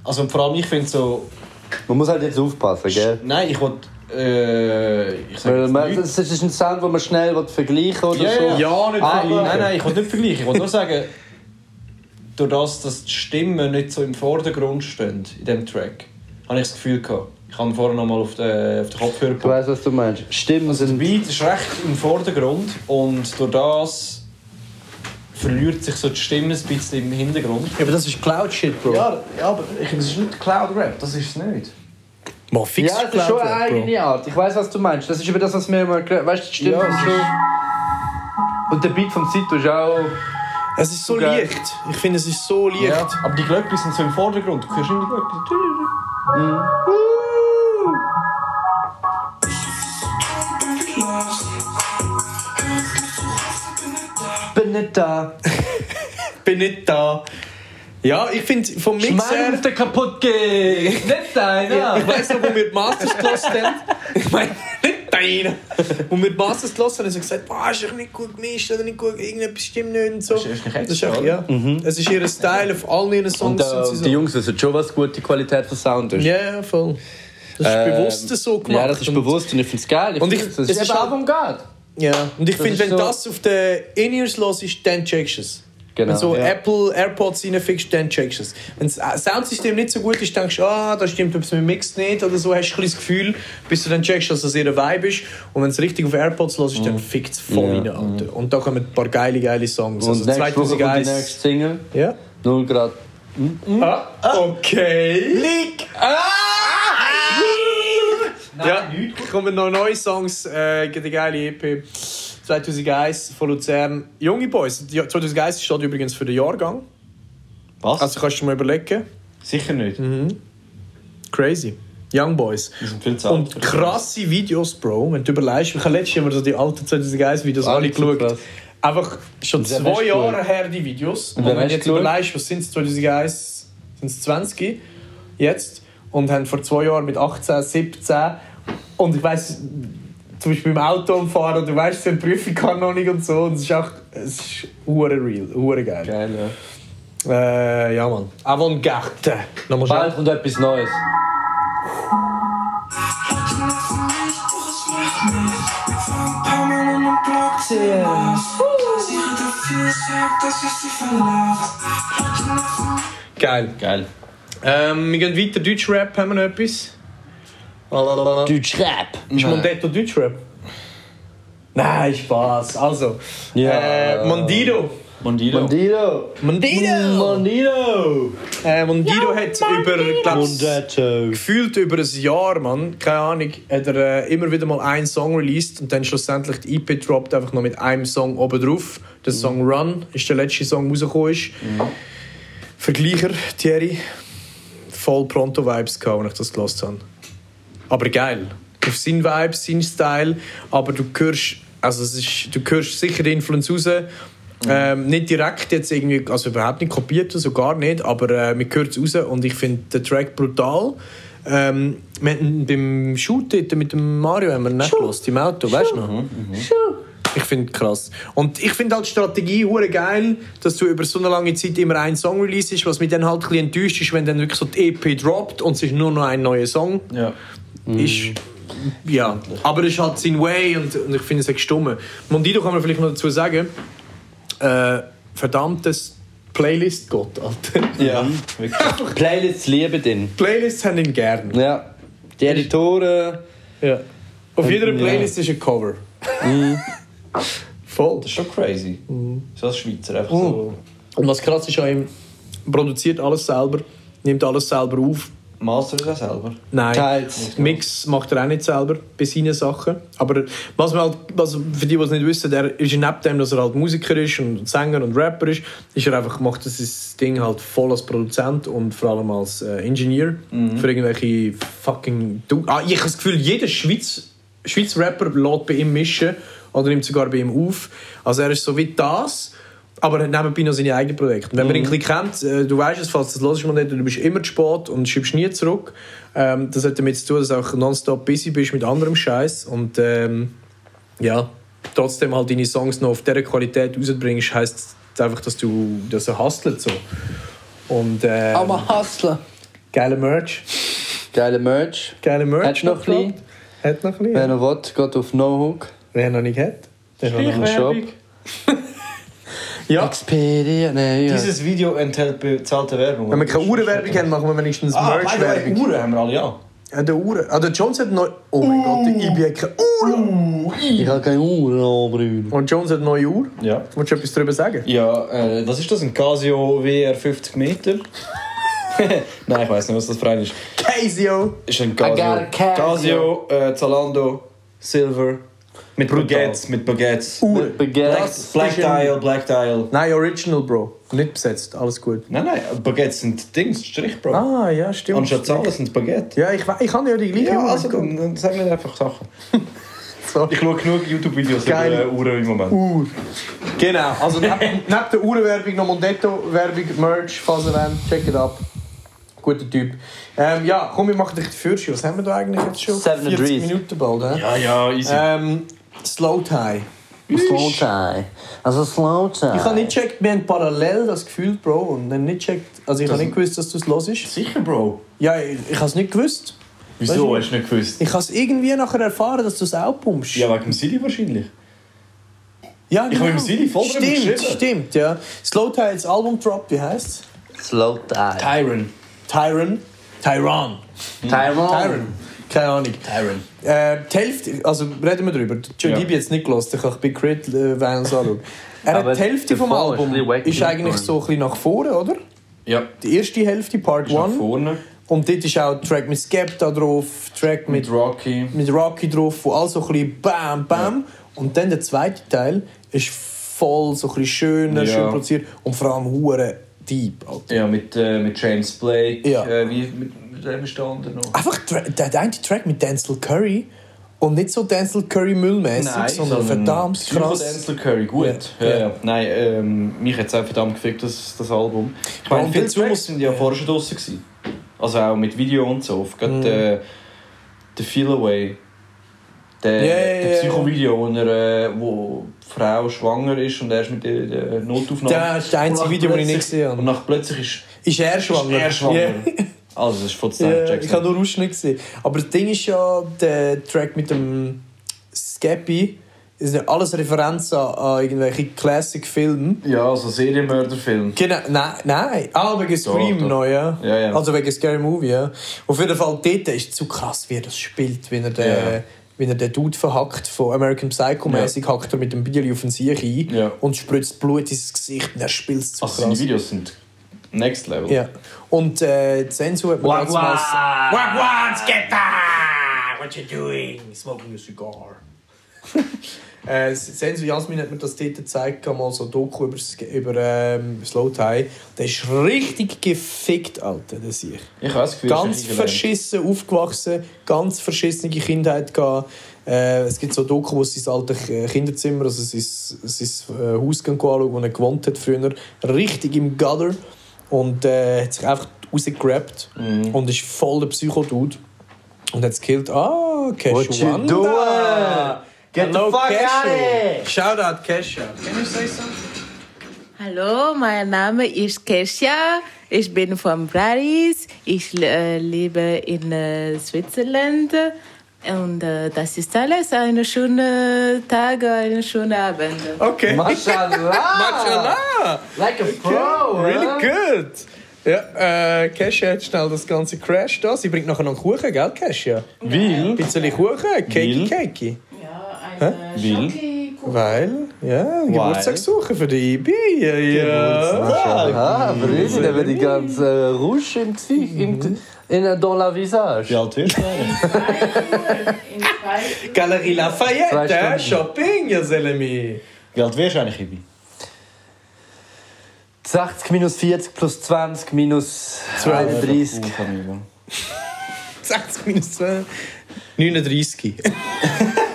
Also und vor allem, ich finde so... man muss halt jetzt aufpassen, gell? Nein, ich wollte... Äh, ich sag Weil jetzt man, nichts. das ist ein Sound, den man schnell will vergleichen oder so. Ja, nicht Aber- vergleichen. Nein, nein, ich will nicht vergleichen. Ich will nur sagen, durch das, dass die Stimmen nicht so im Vordergrund stehen in diesem Track, habe ich das Gefühl gehabt. Ich habe vorher noch mal auf den, auf den Kopfhörer Ich weiss, was du meinst. Stimmen Also der sind. Beat ist recht im Vordergrund und durch das verliert sich so die Stimme ein bisschen im Hintergrund. Ja, aber das ist Cloud-Shit, Bro. Ja. aber ich, das ist nicht Cloud Rap, das ist es nicht. Mal fix Ja, es ist schon eine eigene Art. Ich weiß, was du meinst. Das ist über das, was wir immer. geredet- Weißt du, die Stimmen Ja, es sind schon. Und der Beat vom Zito ist auch. Es ist so Geil. leicht. Ich finde, es ist so leicht. Ja, aber die Glöckchen sind so im Vordergrund. Du hörst immer die Glöckchen. Bin nicht da. Bin nicht da. Ja, ich finde, vom Mix her... Schmeiß den kaputt geht. Nicht Ja, deiner. ich weiss noch, wo wir die Masters gelassen haben. Ich meine, nicht deine. Wo wir die Masters Dus gelassen haben, haben sie gesagt, boah, ist doch nicht gut gemischt oder nicht gut, irgendetwas stimmt nicht und so. Das ist nicht echt, das ist echt, Dus ja. Es ist ihr Style auf allen ihren Und Songs. äh, sind sie die so. Jungs wissen schon, was gute Qualität von Sound ist. Ja, ja, voll. Das ist Ähm, bewusst so gemacht. Ja, das ist und- bewusst und ich finde es geil. Und ich- find's- es das ist ist halt- Avantgarde. Ja. Und ich finde, ist wenn so- das auf den In-Ears los ist, dann checkst du es. Genau. Wenn so Ja. Apple AirPods reinfickst, dann checkst du es. Wenn das Soundsystem nicht so gut ist, denkst du, ah, da stimmt etwas mit dem Mix nicht oder so, hast du ein bisschen das Gefühl, bis du dann checkst, dass das eher ein Vibe ist. Und wenn es richtig auf AirPods los ist, Mhm. dann fickt es voll rein, Alter. Und da kommen ein paar geile, geile Songs. Und also nächste Woche kommt die 2001. nächste Single. Ja. 0 Grad. Ah, okay. Leak! Ah! ja, kommen noch neue Songs, äh, gibt eine geile EP. 2001 von Luzern. Junge Boys. Die- 2001 steht übrigens für den Jahrgang. Was? Also kannst du dir mal überlegen. Sicher nicht. Mhm. Crazy. Young Boys. Die sind viel zu alt. Und krasse Videos, Bro. Wenn du überlegst, ich habe letztes Jahr immer so die alten 2001-Videos Ah, alle nicht so geschaut. krass. Einfach schon Und wer zwei hast du Jahre geschaut? her die Videos. Und, wer wenn hast du du jetzt geschaut? überlegst, was sind es 2001, sind es 20 jetzt. Und haben vor zwei Jahren mit 18, 17 und ich weiss, zum Beispiel beim Autofahren oder weißt du, die Prüfung kann noch nicht und so. Und es ist auch, es ist hure real, hure geil. Geil, ja. Äh, ja, Mann. Avantgarde. Nochmal schnell. Bald kommt etwas Neues. Geil. Geil. Ähm, wir gehen weiter. Deutschrap, haben wir noch etwas? Lalalala. Ist Deutsch Rap. Mondetto Deutschrap? Nein, Spaß. Also, Ja. äh, Mondido. Mondino. Bandiro. Mondino! Bandiro. Äh, Mondino hat über, glaube Mondetto. gefühlt über ein Jahr, Mann, keine Ahnung, hat er äh, immer wieder mal einen Song released und dann schlussendlich die EP droppt, einfach noch mit einem Song oben drauf. Mhm. Der Song Run ist der letzte Song, der rausgekommen ist. Vergleicher, Thierry, voll Pronto-Vibes gehabt, als ich das gelesen habe. Aber geil. Auf seinen Vibe, seinen Style, aber du hörst, also es ist, du hörst sicher die Influence raus. Ähm, nicht direkt jetzt irgendwie, also überhaupt nicht kopiert, so gar nicht, aber äh, man hört es raus und ich finde den Track brutal. Ähm, wir hatten beim Shoot dort mit dem Mario haben wir ihn nicht gehört, im Auto, weißt du noch? Ich finde krass. Und ich finde halt die Strategie hure geil, dass du über so eine lange Zeit immer einen Song releasest, was mich dann halt ein bisschen enttäuscht ist, wenn dann wirklich so die EP droppt und es ist nur noch ein neuer Song. Ja. Ist, ja. Aber es ist halt sein Way und, und ich finde es echt stumm. Mondido kann man vielleicht noch dazu sagen. Äh, verdammtes Playlist-Gott, Alter. Ja, wirklich. Playlists lieben den. Playlists haben ihn gern. Ja. Die Editoren. Ja. Mhm. Auf jeder Playlist ist ein Cover. Voll. Das ist schon crazy. So als Schweizer einfach so. Und was krass ist an ihm, produziert alles selber, nimmt alles selber auf. Master ist er selber. Nein, Teils. Mix macht er auch nicht selber bei seinen Sachen. Aber was man halt, was, für die, die es nicht wissen, er ist neben dem, dass er halt Musiker ist und Sänger und Rapper ist, ist er einfach, macht er sein dus Ding halt voll als Produzent und vor allem als äh, Ingenieur für irgendwelche fucking... Du ah, ich habe das Gefühl, jeder Schweiz, Schweiz Rapper lässt bei ihm mischen oder nimmt sogar bei ihm auf. Also er ist so wie das... Aber er hat nebenbei noch seine eigenen Projekte. Und Wenn man ihn ein Mhm. bisschen kennt, äh, du weißt es, falls du das hörst, nicht, du bist immer zu spät und schreibst nie zurück. Ähm, das hat damit zu tun, dass du auch nonstop busy bist mit anderem Scheiß und ähm, ja, trotzdem halt deine Songs noch auf dieser Qualität rausbringst, heisst einfach, dass du dass er hustelt so. Und äh, Hustler. geile Merch. Geile Merch. Geile Merch. Hat's noch ein bisschen? gehabt. Hat noch ein Wer bisschen. noch will, geht auf NoHook. Wer noch nicht hat. Der hat noch Im Shop. *laughs* Ja. Expedia. Nein, ja. Dieses Video enthält bezahlte Werbung. Wenn wir keine Uhrenwerbung haben, machen wir wenigstens Ah, by the way, Merch-Werbung. Uhren haben wir alle, ja. Ja, der Uhren. Ah, der Jones hat neu. Oh mein Gott, der IB hat keine Uhr. Ich habe keine Uhr, oh, Bruder. Und Jones hat eine neue Uhr. Ja. Willst du etwas darüber sagen? Ja, äh, was ist das? Ein Casio WR 50 Meter? *laughs* Nein, ich weiß nicht, was das für ein ist. Casio! Ist ein I got a Casio. Casio. Casio, äh, Zalando, Silver. Mit Baguettes, mit Baguettes. Uhr. Black, Begehrt. Black Dial, Black Dial. Nein, Original, Bro. Nicht besetzt, alles gut. Nein, nein, Baguettes sind Dings, Strich, Bro. Ah, ja, stimmt. Anstatt Zahlen sind Baguette. Ja, ich, we- ich habe ja die gleiche Ja, Uhr. also dann, dann sag nicht einfach Sachen. Sorry. Ich schaue genug YouTube-Videos über Geil. äh, Uhren im Moment. Uhr. Genau, *laughs* also neb- neben der Uhrenwerbung noch Mondetto-Werbung, Merch, Faserland, check it up. Guter Typ. Ähm, ja, komm, wir machen dich die Fürsche. Was haben wir da eigentlich jetzt schon? Seven and 40 Dries. Minuten bald, hä? Ja, ja, easy. Ähm, Slow Tie. Slow Slowtie. Also Slowtie. Ich habe nicht gecheckt, wir haben parallel das Gefühl, Bro, und dann nicht gecheckt, also ich habe nicht gewusst, dass du es hörst. Sicher, Bro. Ja, ich, ich habe es nicht gewusst. Wieso? Weißt Hast du nicht gewusst? Ich habe es irgendwie nachher erfahren, dass du es auch pumpst. Ja, wegen dem Silly wahrscheinlich. ja genau. habe im Siri voll drüber Stimmt, geschrieben. stimmt, ja. Slow Tie hat das Album dropped, wie heisst's? Slowtie. Tyron. Tyron. Tyron. Tyrone. Tyron. Keine Ahnung. Tyron. Äh, die Hälfte, also reden wir drüber. Joe Ja. Dibi jetzt nicht gelassen, ich habe Big Crit, äh, wenn ich anschaue. Er Aber hat die Hälfte der vom Fall ist Album, ein bisschen wacky ist eigentlich geworden. so ein bisschen nach vorne, oder? Ja. Die erste Hälfte, Part Nach 1. vorne. Und dort ist auch Track mit Skepta drauf, Track mit, Mit Rocky. mit Rocky drauf, wo alles so ein bisschen bam, bam. Und dann der zweite Teil ist voll so ein bisschen schöner, Ja. schön produziert und vor allem hure deep. Alter. Ja, mit, äh, mit James Blake. Ja. Ah, Äh, wie, mit, mit wem ist der andere noch? Einfach tra- der, der eine Track mit Denzel Curry und nicht so Denzel Curry müllmäßig, sondern verdammt krass. Denzel Curry, gut. Ja. Ja. Ja, Nein, ähm, mich hat es auch verdammt gefickt, das, das Album. Ich meine, Und viele der Songs Tracks- sind ja vorher schon draussen gewesen. Also auch mit Video und so. Gerade Mhm. äh, der Feel Away. Der, Ja, ja, ja, der ja. Psycho-Video, wo, er, äh, wo die Frau schwanger ist und er ist mit der, der Notaufnahme. Das ist das einzige Und nach Video, das ich nicht plötzlich- gesehen habe. Und nach plötzlich ist, Ist er ist schwanger? er schwanger. Ja. Also, das ist *laughs* von Ja, Sam ich Jackson. habe nur Ausschnitte gesehen. Aber das Ding ist ja, der Track mit dem Skeppy ist ja alles eh, Referenzen an, an irgendwelche Classic-Filme. Ja, also Serienmörderfilm. Genau, nein, nein. Ah, wegen Scream doch. noch, ja. Ja, ja. Also wegen Scary Movie, ja. Auf jeden Fall, dort ist zu krass, wie er das spielt, wenn er den, wenn er den Dude verhackt, von American Psycho-mäßig, hackt er mit dem Bier auf den Sieg ein Ja. und spritzt Blut ins Gesicht und er spielt es zu Also seine Videos sind next level. Ja. Und äh, die Sensu hat mir damals... Wagwans, get down! What you doing? Smoking a cigar. *laughs* äh, Sensu Jasmin hat mir das dort gezeigt, gehabt, mal so ein Doku über, das- über ähm, Slow Tie. Der ist richtig gefickt, Alter, der Sieg. Ich habe das Gefühl, Ganz es ist ein verschissen aufgewachsen, ganz verschissene Kindheit gehabt. Äh, es gibt so Doku, wo sie sein altes äh, Kinderzimmer, also sein, sein äh, Haus gehen anschauen, wo er gewohnt hat früher, richtig im Gutter und äh, hat sich einfach rausgerappt Mhm. und ist voll der Psycho-Dude und hat es gekillt. Ah, Cash What you doing? Get the fuck out of here! Shout out Kesha. Hallo, mein Name ist Kesha. Ich bin von Paris. Ich äh, lebe in äh, Switzerland. Und äh, das ist alles. Einen schönen Tag, einen schönen Abend. Okay. Mashallah! Mashallah! like a pro! Really huh? good! Ja, äh, Kesha hat schnell das ganze Crash da. Sie bringt nachher noch einen Kuchen, gell, Kesha? Weil, Ein bisschen Kuchen, Cakey, Weil? Cakey. Ja, eine Will? Weil, ja, Geburtstagssuche für die IB. Ja, ja. Ah, Brüder, der wird die ganze Rouge im Gesicht, im, in, äh, dans la visage. wie alt wirst du eigentlich? Galerie Zwei Lafayette, Stunden. äh, Shopping, ja, Selemi. Wie alt wirst du eigentlich, Ibi? 80 minus 40 plus 20 minus 31. Uh, Camilo. 60 minus 2. 39.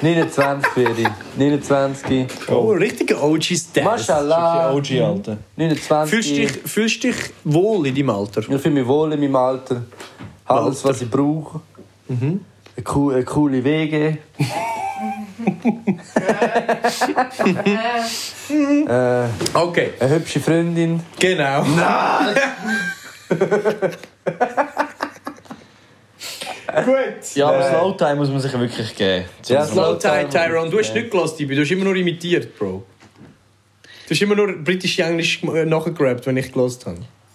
29 werde ich. 29. Oh, richtiger OG-Style. Mashallah. OG, Alter. 29. Fühlst du dich, fühlst dich wohl in deinem Alter? Ich fühle mich wohl in meinem Alter. Habe alles, was ich brauche. Eine, coo eine coole Wege. Okay, Eine hübsche Freundin. genau. *laughs* Gut. Ja, Äh, aber Slowtime muss man sich wirklich geben. Ja, Slow Ty Tyrone, du hast nicht gelassen, Ibi. Du hast immer nur imitiert, Bro. Du hast immer nur britisch-englisch äh, nachgegrabt, wenn ich gelassen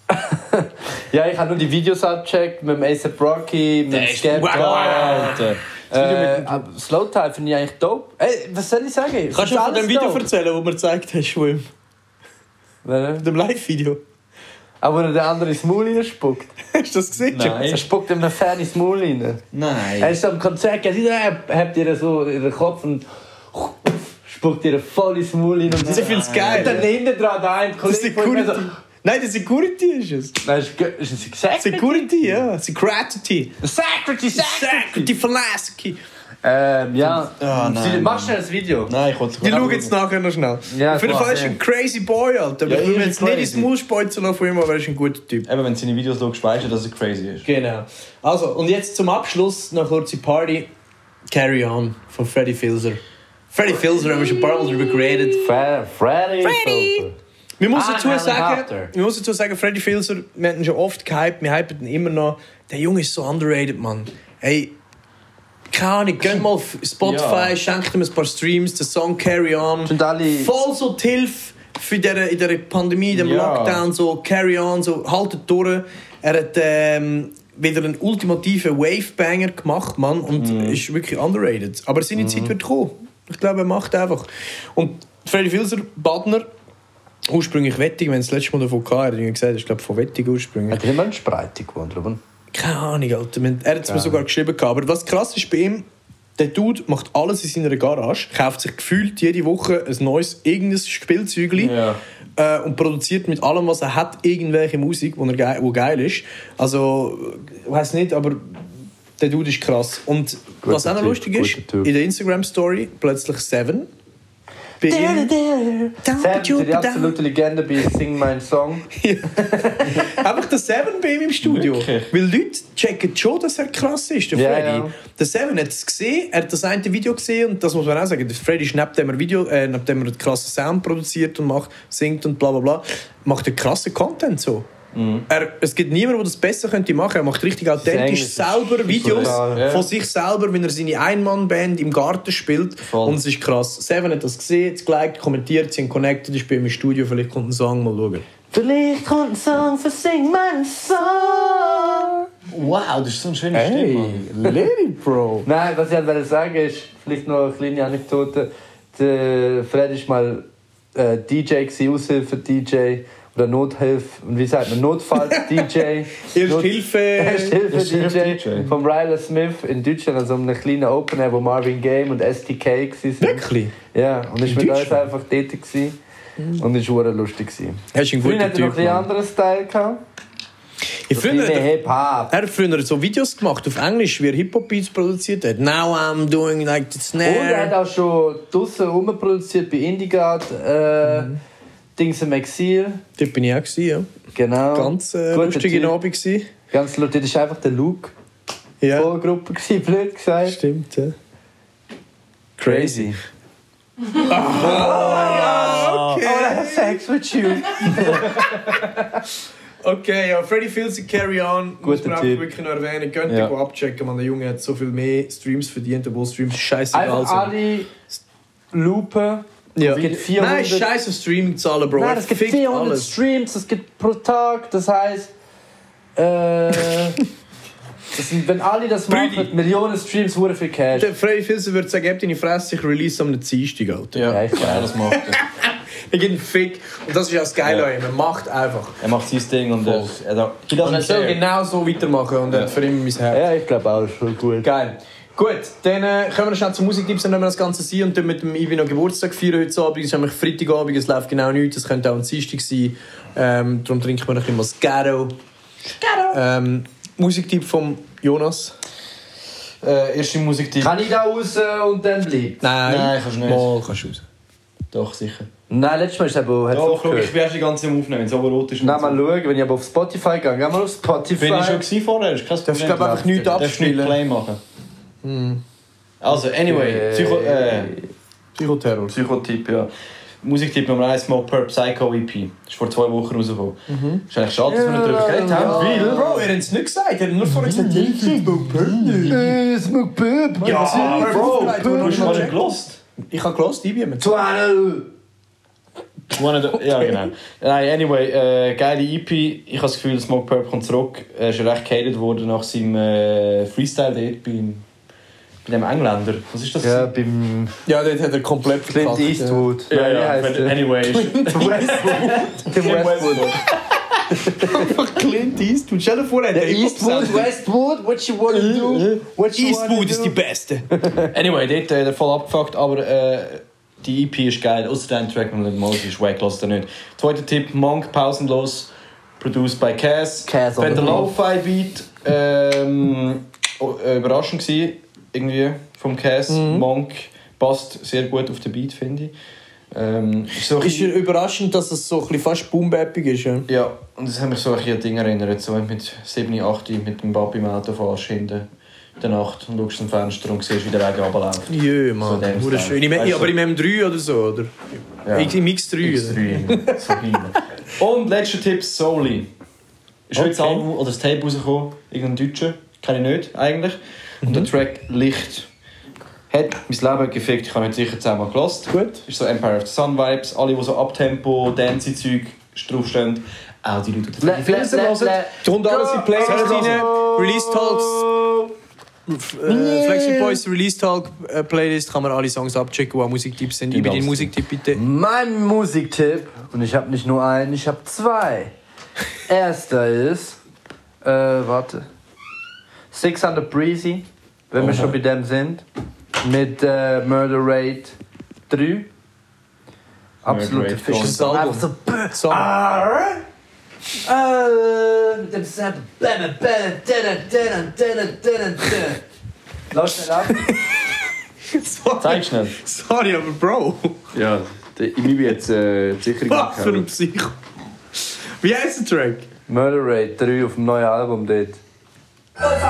habe. Ja, ich habe nur die Videos abgecheckt mit dem A$AP Rocky, mit dem Scared Wow. Alter. Äh, aber Slow Time finde ich eigentlich dope. Ey, was soll ich sagen? Ich Kannst du mir finde von dem alles Video dope. erzählen, das du mir gezeigt hast, von ihm? Wer- Dem Live-Video? *laughs* Aber wo er den anderen ins Maul reinspuckt. Hast du das gesehen? Nein. Er spuckt ihm einen Fan ins Maul rein. Er Nein. ist am Konzert gegangen, er hebt ihr so in den Kopf und spuckt ihr voll ins Maul rein. Und Sie finden's geil. Und dann hinten dran der ein Das ist Kollege von mir so... Security. Nein, der Security ist es. Nein, ist ge- ist es gesagt? Security, ja. Security. Security, Security Philosophy. Ähm, ja. Ah, nein, Sie- Mach schnell das Video. Nein, ich wollte Die schauen jetzt nachher noch schnell. Ja, Auf jeden klar, Fall ist ja. er ein crazy Boy, Alter. Aber Ja, ich will er mir ist jetzt nicht ins crazy. Maul speuzen lassen von ihm, aber er ist ein guter Typ. Eben, wenn du seine Videos schaust, weisst du, dass er crazy ist. Genau. Also, und jetzt zum Abschluss noch kurze Party. Carry On von Freddy Filzer. Freddy Filzer haben wir schon ein paar Mal darüber geredet. Fre- Freddy. Freddy. Wir müssen Ah, dazu Helen sagen, Hunter. wir müssen dazu sagen, Freddy Filzer, wir hatten ihn schon oft gehypt, wir hypen ihn immer noch. Der Junge ist so underrated, Mann. Hey, keine Ahnung, geht mal auf Spotify, Ja. schenkt ihm ein paar Streams, der Song Carry On. Sind alle- Voll so die Hilfe für diese, in dieser Pandemie, dem Ja. Lockdown, so Carry On, so haltet durch. Er hat ähm, wieder einen ultimativen Wavebanger gemacht, Mann, und Mhm. ist wirklich underrated. Aber seine Zeit wird kommen. Ich glaube, er macht einfach. Und Freddy Filzer, Badner, ursprünglich Wettig, wenn es das letzte Mal davon kam, er hat irgendwie gesagt, ich glaube von Wettig ursprünglich. Hat jemand Spreite gewohnt, Ruben? Keine Ahnung, Alter. Wir- Er hat es mir sogar geschrieben. gehabt. Aber was krass ist bei ihm, der Dude macht alles in seiner Garage, kauft sich gefühlt jede Woche ein neues, irgendein Spielzeugli Ja. äh, und produziert mit allem, was er hat, irgendwelche Musik, die geil, wo geil ist. Also, ich weiß nicht, aber der Dude ist krass. Und was auch noch Typ, lustig ist, guter Typ. in der Instagram-Story plötzlich Seven. Bei ihm. Sam, du die absolute Legende bei Sing Mein Song. *laughs* Einfach der Seven bei ihm im Studio. Wirklich? Weil Leute checken schon, dass er krass ist, der Ja, Freddy. ja. Der Seven hat es gesehen, er hat das eine Video gesehen und das muss man auch sagen, der Freddy ist neben dem er, Video, äh, neben dem er einen krassen Sound produziert und macht, singt und bla bla bla, macht er krassen Content so. Mhm. Er, es gibt niemanden, der das besser könnte machen. Er macht richtig authentisch Englisch ist selber Videos brutal, ja. von sich selber, wenn er seine Einmann-Band im Garten spielt. Voll. Und es ist krass. Seven hat das gesehen, hat es geliked, kommentiert, sind connected, ist bei ihm im Studio, vielleicht kommt ein Song, mal schauen. Vielleicht kommt ein Song für Sing meinen Song. Wow, das ist so ein schöner Lady Bro. Nein, was ich halt wollte sagen ist, vielleicht noch eine kleine Anekdote. Der Fred ist mal äh, DJ, gewesen, Aushilfe-DJ oder Nothilfe, und wie sagt man, *laughs* Notfall-DJ. Erste Hilfe. Hilfe-DJ Erste-Hilfe-DJ. von Ryla Smith in Deutschland, also um einen kleinen Open Air, wo Marvin Gaye und STK waren. Wirklich? Ja, und ich war mit uns Deutschland? einfach dort gewesen. und es war verdammt lustig. gewesen. Hast du einen Früher guten hatte er noch Typ. ein Mann. anderes Style. Gehabt. Ich finde, Kleine er Hip-Hop. er hat früher so Videos gemacht auf Englisch, wie er Hip-Hop-Beats produziert hat. Now I'm doing like the Und er hat snare. auch schon draussen rumproduziert bei Indigard, äh, Mhm. Dings im Exil. Dort bin ich auch, gewesen, ja. Genau. Ganz äh, Guter lustige Typ. Abend. Gewesen. Ganz laut, das war einfach der Luke. Ja, Vorgruppe gewesen, blöd gesagt. stimmt. Ja. Crazy. Oh, my God. I wanna have sex *laughs* with you. Okay, ja, Freddy Filz Carry On muss Guter man auch Typ. wirklich noch erwähnen. Könnt ihr Ja. go abchecken, man, der Junge hat so viel mehr Streams verdient, obwohl Streams scheißegal Einfach sind. alle Lupe. Ja. Also Es gibt 400. Nein, scheiß auf Streaming-Zahlen, Bro. Nein, Er es gibt fickt 400 alles. Streams, es gibt pro Tag, das heißt, äh, *laughs* das sind, wenn alle das machen, Brüdi. Millionen Streams, wurde viel Cash. Der Freddy Filz würde sagen, gib deine Fresse, ich release am Dienstag, Alter. Ja, Ja, ja ich weiß. das macht er. Er gibt einen Fick. Und das ist ja das Geile Ja. an ihm, er macht einfach. Er macht sein Ding und er, er, he Und er doesn't soll care. genau so weitermachen und er hat für immer mein Herz. Ja, ich glaube auch, schon gut. Geil. Gut, dann äh, kommen wir schnell zum Musiktipps, dann nehmen wir das Ganze sein und dann mit dem Ivi noch Geburtstag feiern heute Abend. Es ist nämlich Freitagabend, es läuft genau nichts, es könnte auch ein Dienstag sein. Ähm, darum trinken wir noch ein bisschen Mascaro. Ähm, Musiktipp von Jonas. Äh, erste Musiktipp. Kann ich da raus äh, und dann bleibt? Nein, Nein, kannst du nicht. Mal kannst du raus. Doch, sicher. Nein, letztes Mal ist es aber hat's Doch, schau, ich aufgehört. bin erst die ganze Zeit am Aufnehmen, wenn es aber rot ist. Nein, mal schauen, wenn ich aber auf Spotify gehe, gehen wir auf Spotify. Bin ich schon gewesen vorher, ist kein Darfst du, glaub, einfach nichts Darfst du nicht abspielen. Hm. Play machen. Also, anyway, Psycho, äh, Psychoterror. Psychotipp, ja. Musiktipp Nummer 1 mal per Psycho EP. Ist vor zwei Wochen rausgekommen. Mhm. Ist eigentlich schade, dass wir nicht drüber geredet haben, weil. Bro, ihr habt es nicht gesagt, ihr habt nur vorhin gesagt, Äh, Smoke Pip. Ja, Bro, Bro, du hast mal nicht Bro. gelost. Ich habe gehört, Ivi hat mir Du Arnold. One of the- Ja, genau. Nein, anyway, äh, geile EP. Ich habe das Gefühl, Smoke Purp kommt zurück. Er ist ja recht gehatet worden nach seinem äh, Freestyle dort beim, bei dem Engländer. Was ist das? Ja, beim Ja, dort hat er komplett Clint verkackt, ja. Eastwood. ja, Nein, wie ja, heisst wenn- der? *laughs* anyway. ist- Tim Westwood. Tim Tim Westwood. Westwood. Einfach *laughs* Clint Eastwood. Stell dir vor, er hat Der einen Eastwood, Hip-Hop-Sound. *laughs* Westwood, what you wanna do? What you Eastwood wanna ist do? die Beste. Anyway, dort äh, der voll abgefuckt, aber äh, die EP ist geil. Außer den Track mit Lil Mosey ist wack, lasst ihr nicht. Zweiter Tipp: Monk pausenlos, produced by Cass. Cass on Wenn the der Roof. Lo-Fi Beat ähm, oh, äh, überraschend gsi irgendwie vom Cass. Mhm. Monk passt sehr gut auf den Beat, finde ich. Ähm, ist so ein Ist ja bisschen- überraschend, dass es so ein bisschen fast boom-bappig ist. Ja? ja, und das hat mich so ein bisschen an Dinge erinnert, so wenn du mit 7, 8 mit dem Papi im Auto fährst hinten in der Nacht und schaust zum Fenster und siehst, wie der Regen runterläuft. Jö, So Mann. dem So Style. schön. Ich mein, Weißt ja, du? aber im M3 oder so, oder? Ja. Ich- Im X3. oder? Extrem. so geil. Und letzter Tipp, Soli. Ist heute das Okay. Album oder das Tape rausgekommen, irgendein Deutscher, kenne ich nicht eigentlich. Und Mhm. der Track Licht hat mein Leben gefickt, ich habe nicht sicher zehnmal gelost. Gut. Ist so Empire of the Sun Vibes, alle die so Abtempo, Dance-Zeug draufstehen, auch die Leute, die Le- le- Filme le- hören. le- Die kommt alles in Playlist rein. Release Talks. Äh, Flexi Boys Release Talk äh, Playlist kann man alle Songs abchecken, die auch Musiktipps sind. Ich bin alles den Musiktipp bitte. Mein Musiktipp, und ich habe nicht nur einen, ich habe *laughs* zwei. Erster ist, äh, warte, 600 Breezy, wenn wir schon bei dem sind, mit äh, Murder Rate 3. Absolute Rate Gold. Fisch. Das Album. Einfach so, bäh, So. ah, äh, mit dem Snap, bäh, bäh, dä, dä, dä, dä, dä, dä, dä. Laut schnell ab. Zeig Sorry, schnell. *laughs* sorry, aber Bro, Ja, der Imibi hat es äh, sicher was für ein Psycho. Wie heißt der Track? Murder Rate 3 auf dem neuen Album dort. Rapping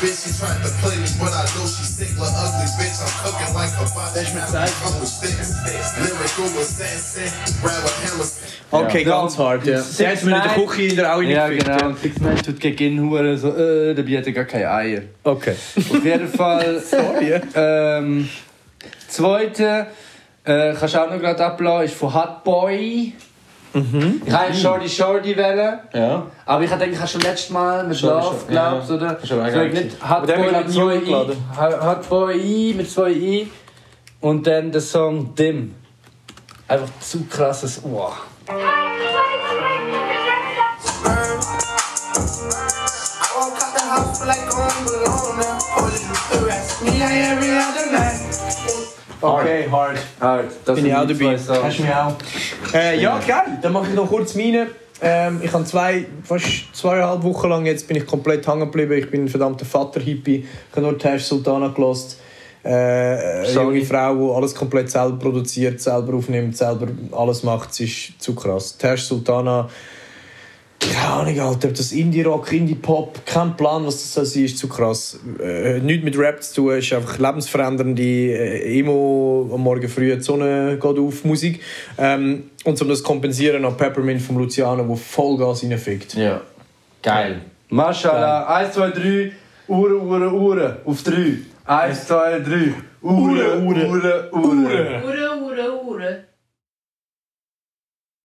bitch, she tried to play me, but I know she's sick, but ugly bitch. I'm cooking like a five. I'm with sticks. Lyrical assassin. Grab a hammer. Okay, ganz hart, ja. Sie hat mir in der 6ix9ine. Küche in der Aue Ja, gefickt, genau. Und Six Man tut gegen ihn huren, so, äh, dabei hat er gar keine Eier. Okay. Auf *laughs* jeden Fall, Sorry. ähm, zweite, äh, kannst du auch noch gerade ablassen, ist von Hot Boy. Ich habe Shorty Shorty wählen, Ja. aber ich habe gedacht, ich habe schon letztes Mal mit Shorty Love, Shorty, glaubst ja. du, oder? Ist schon Soll ich geil. nicht Hot Und der Boy wird gerade mit neu zwei I. geladen. Hot Hot Boy I mit zwei I. Und dann der Song Dim. Einfach zu krasses Wow. won't cut the house but like on belong now. Hold you arrest me like every other night. Okay, hard. Hard. Das Bin sind ich auch die dabei. zwei Songs. Hast du mich auch. Äh, ja, geil. Dann mache ich noch kurz meine. Ähm, ich habe zwei, fast zweieinhalb Wochen lang jetzt bin ich komplett hängen geblieben. Ich bin ein verdammter Vater-Hippie. Ich habe nur Tash Sultana gelost. Äh, eine Sorry. junge Frau, die alles komplett selber produziert, selber aufnimmt, selber alles macht. Sie ist zu krass. Tash Sultana. Keine Ahnung, Alter, ob das Indie-Rock, Indie-Pop, kein Plan, was das soll sein, ist zu krass. Äh, hat nichts mit Rap zu tun, ist einfach lebensverändernde äh, Emo, am Morgen früh die Sonne geht auf, Musik. Ähm, und um das zu kompensieren noch Peppermint von Luciano, wo Vollgas reinfickt. Ja. Geil. Maschallah, 1, 2, 3, Uhren, Uhren, Uhren, auf 3. 1, 2, 3, Uhren, Uhren, Uhren, Uhren. Ure, ure, ure.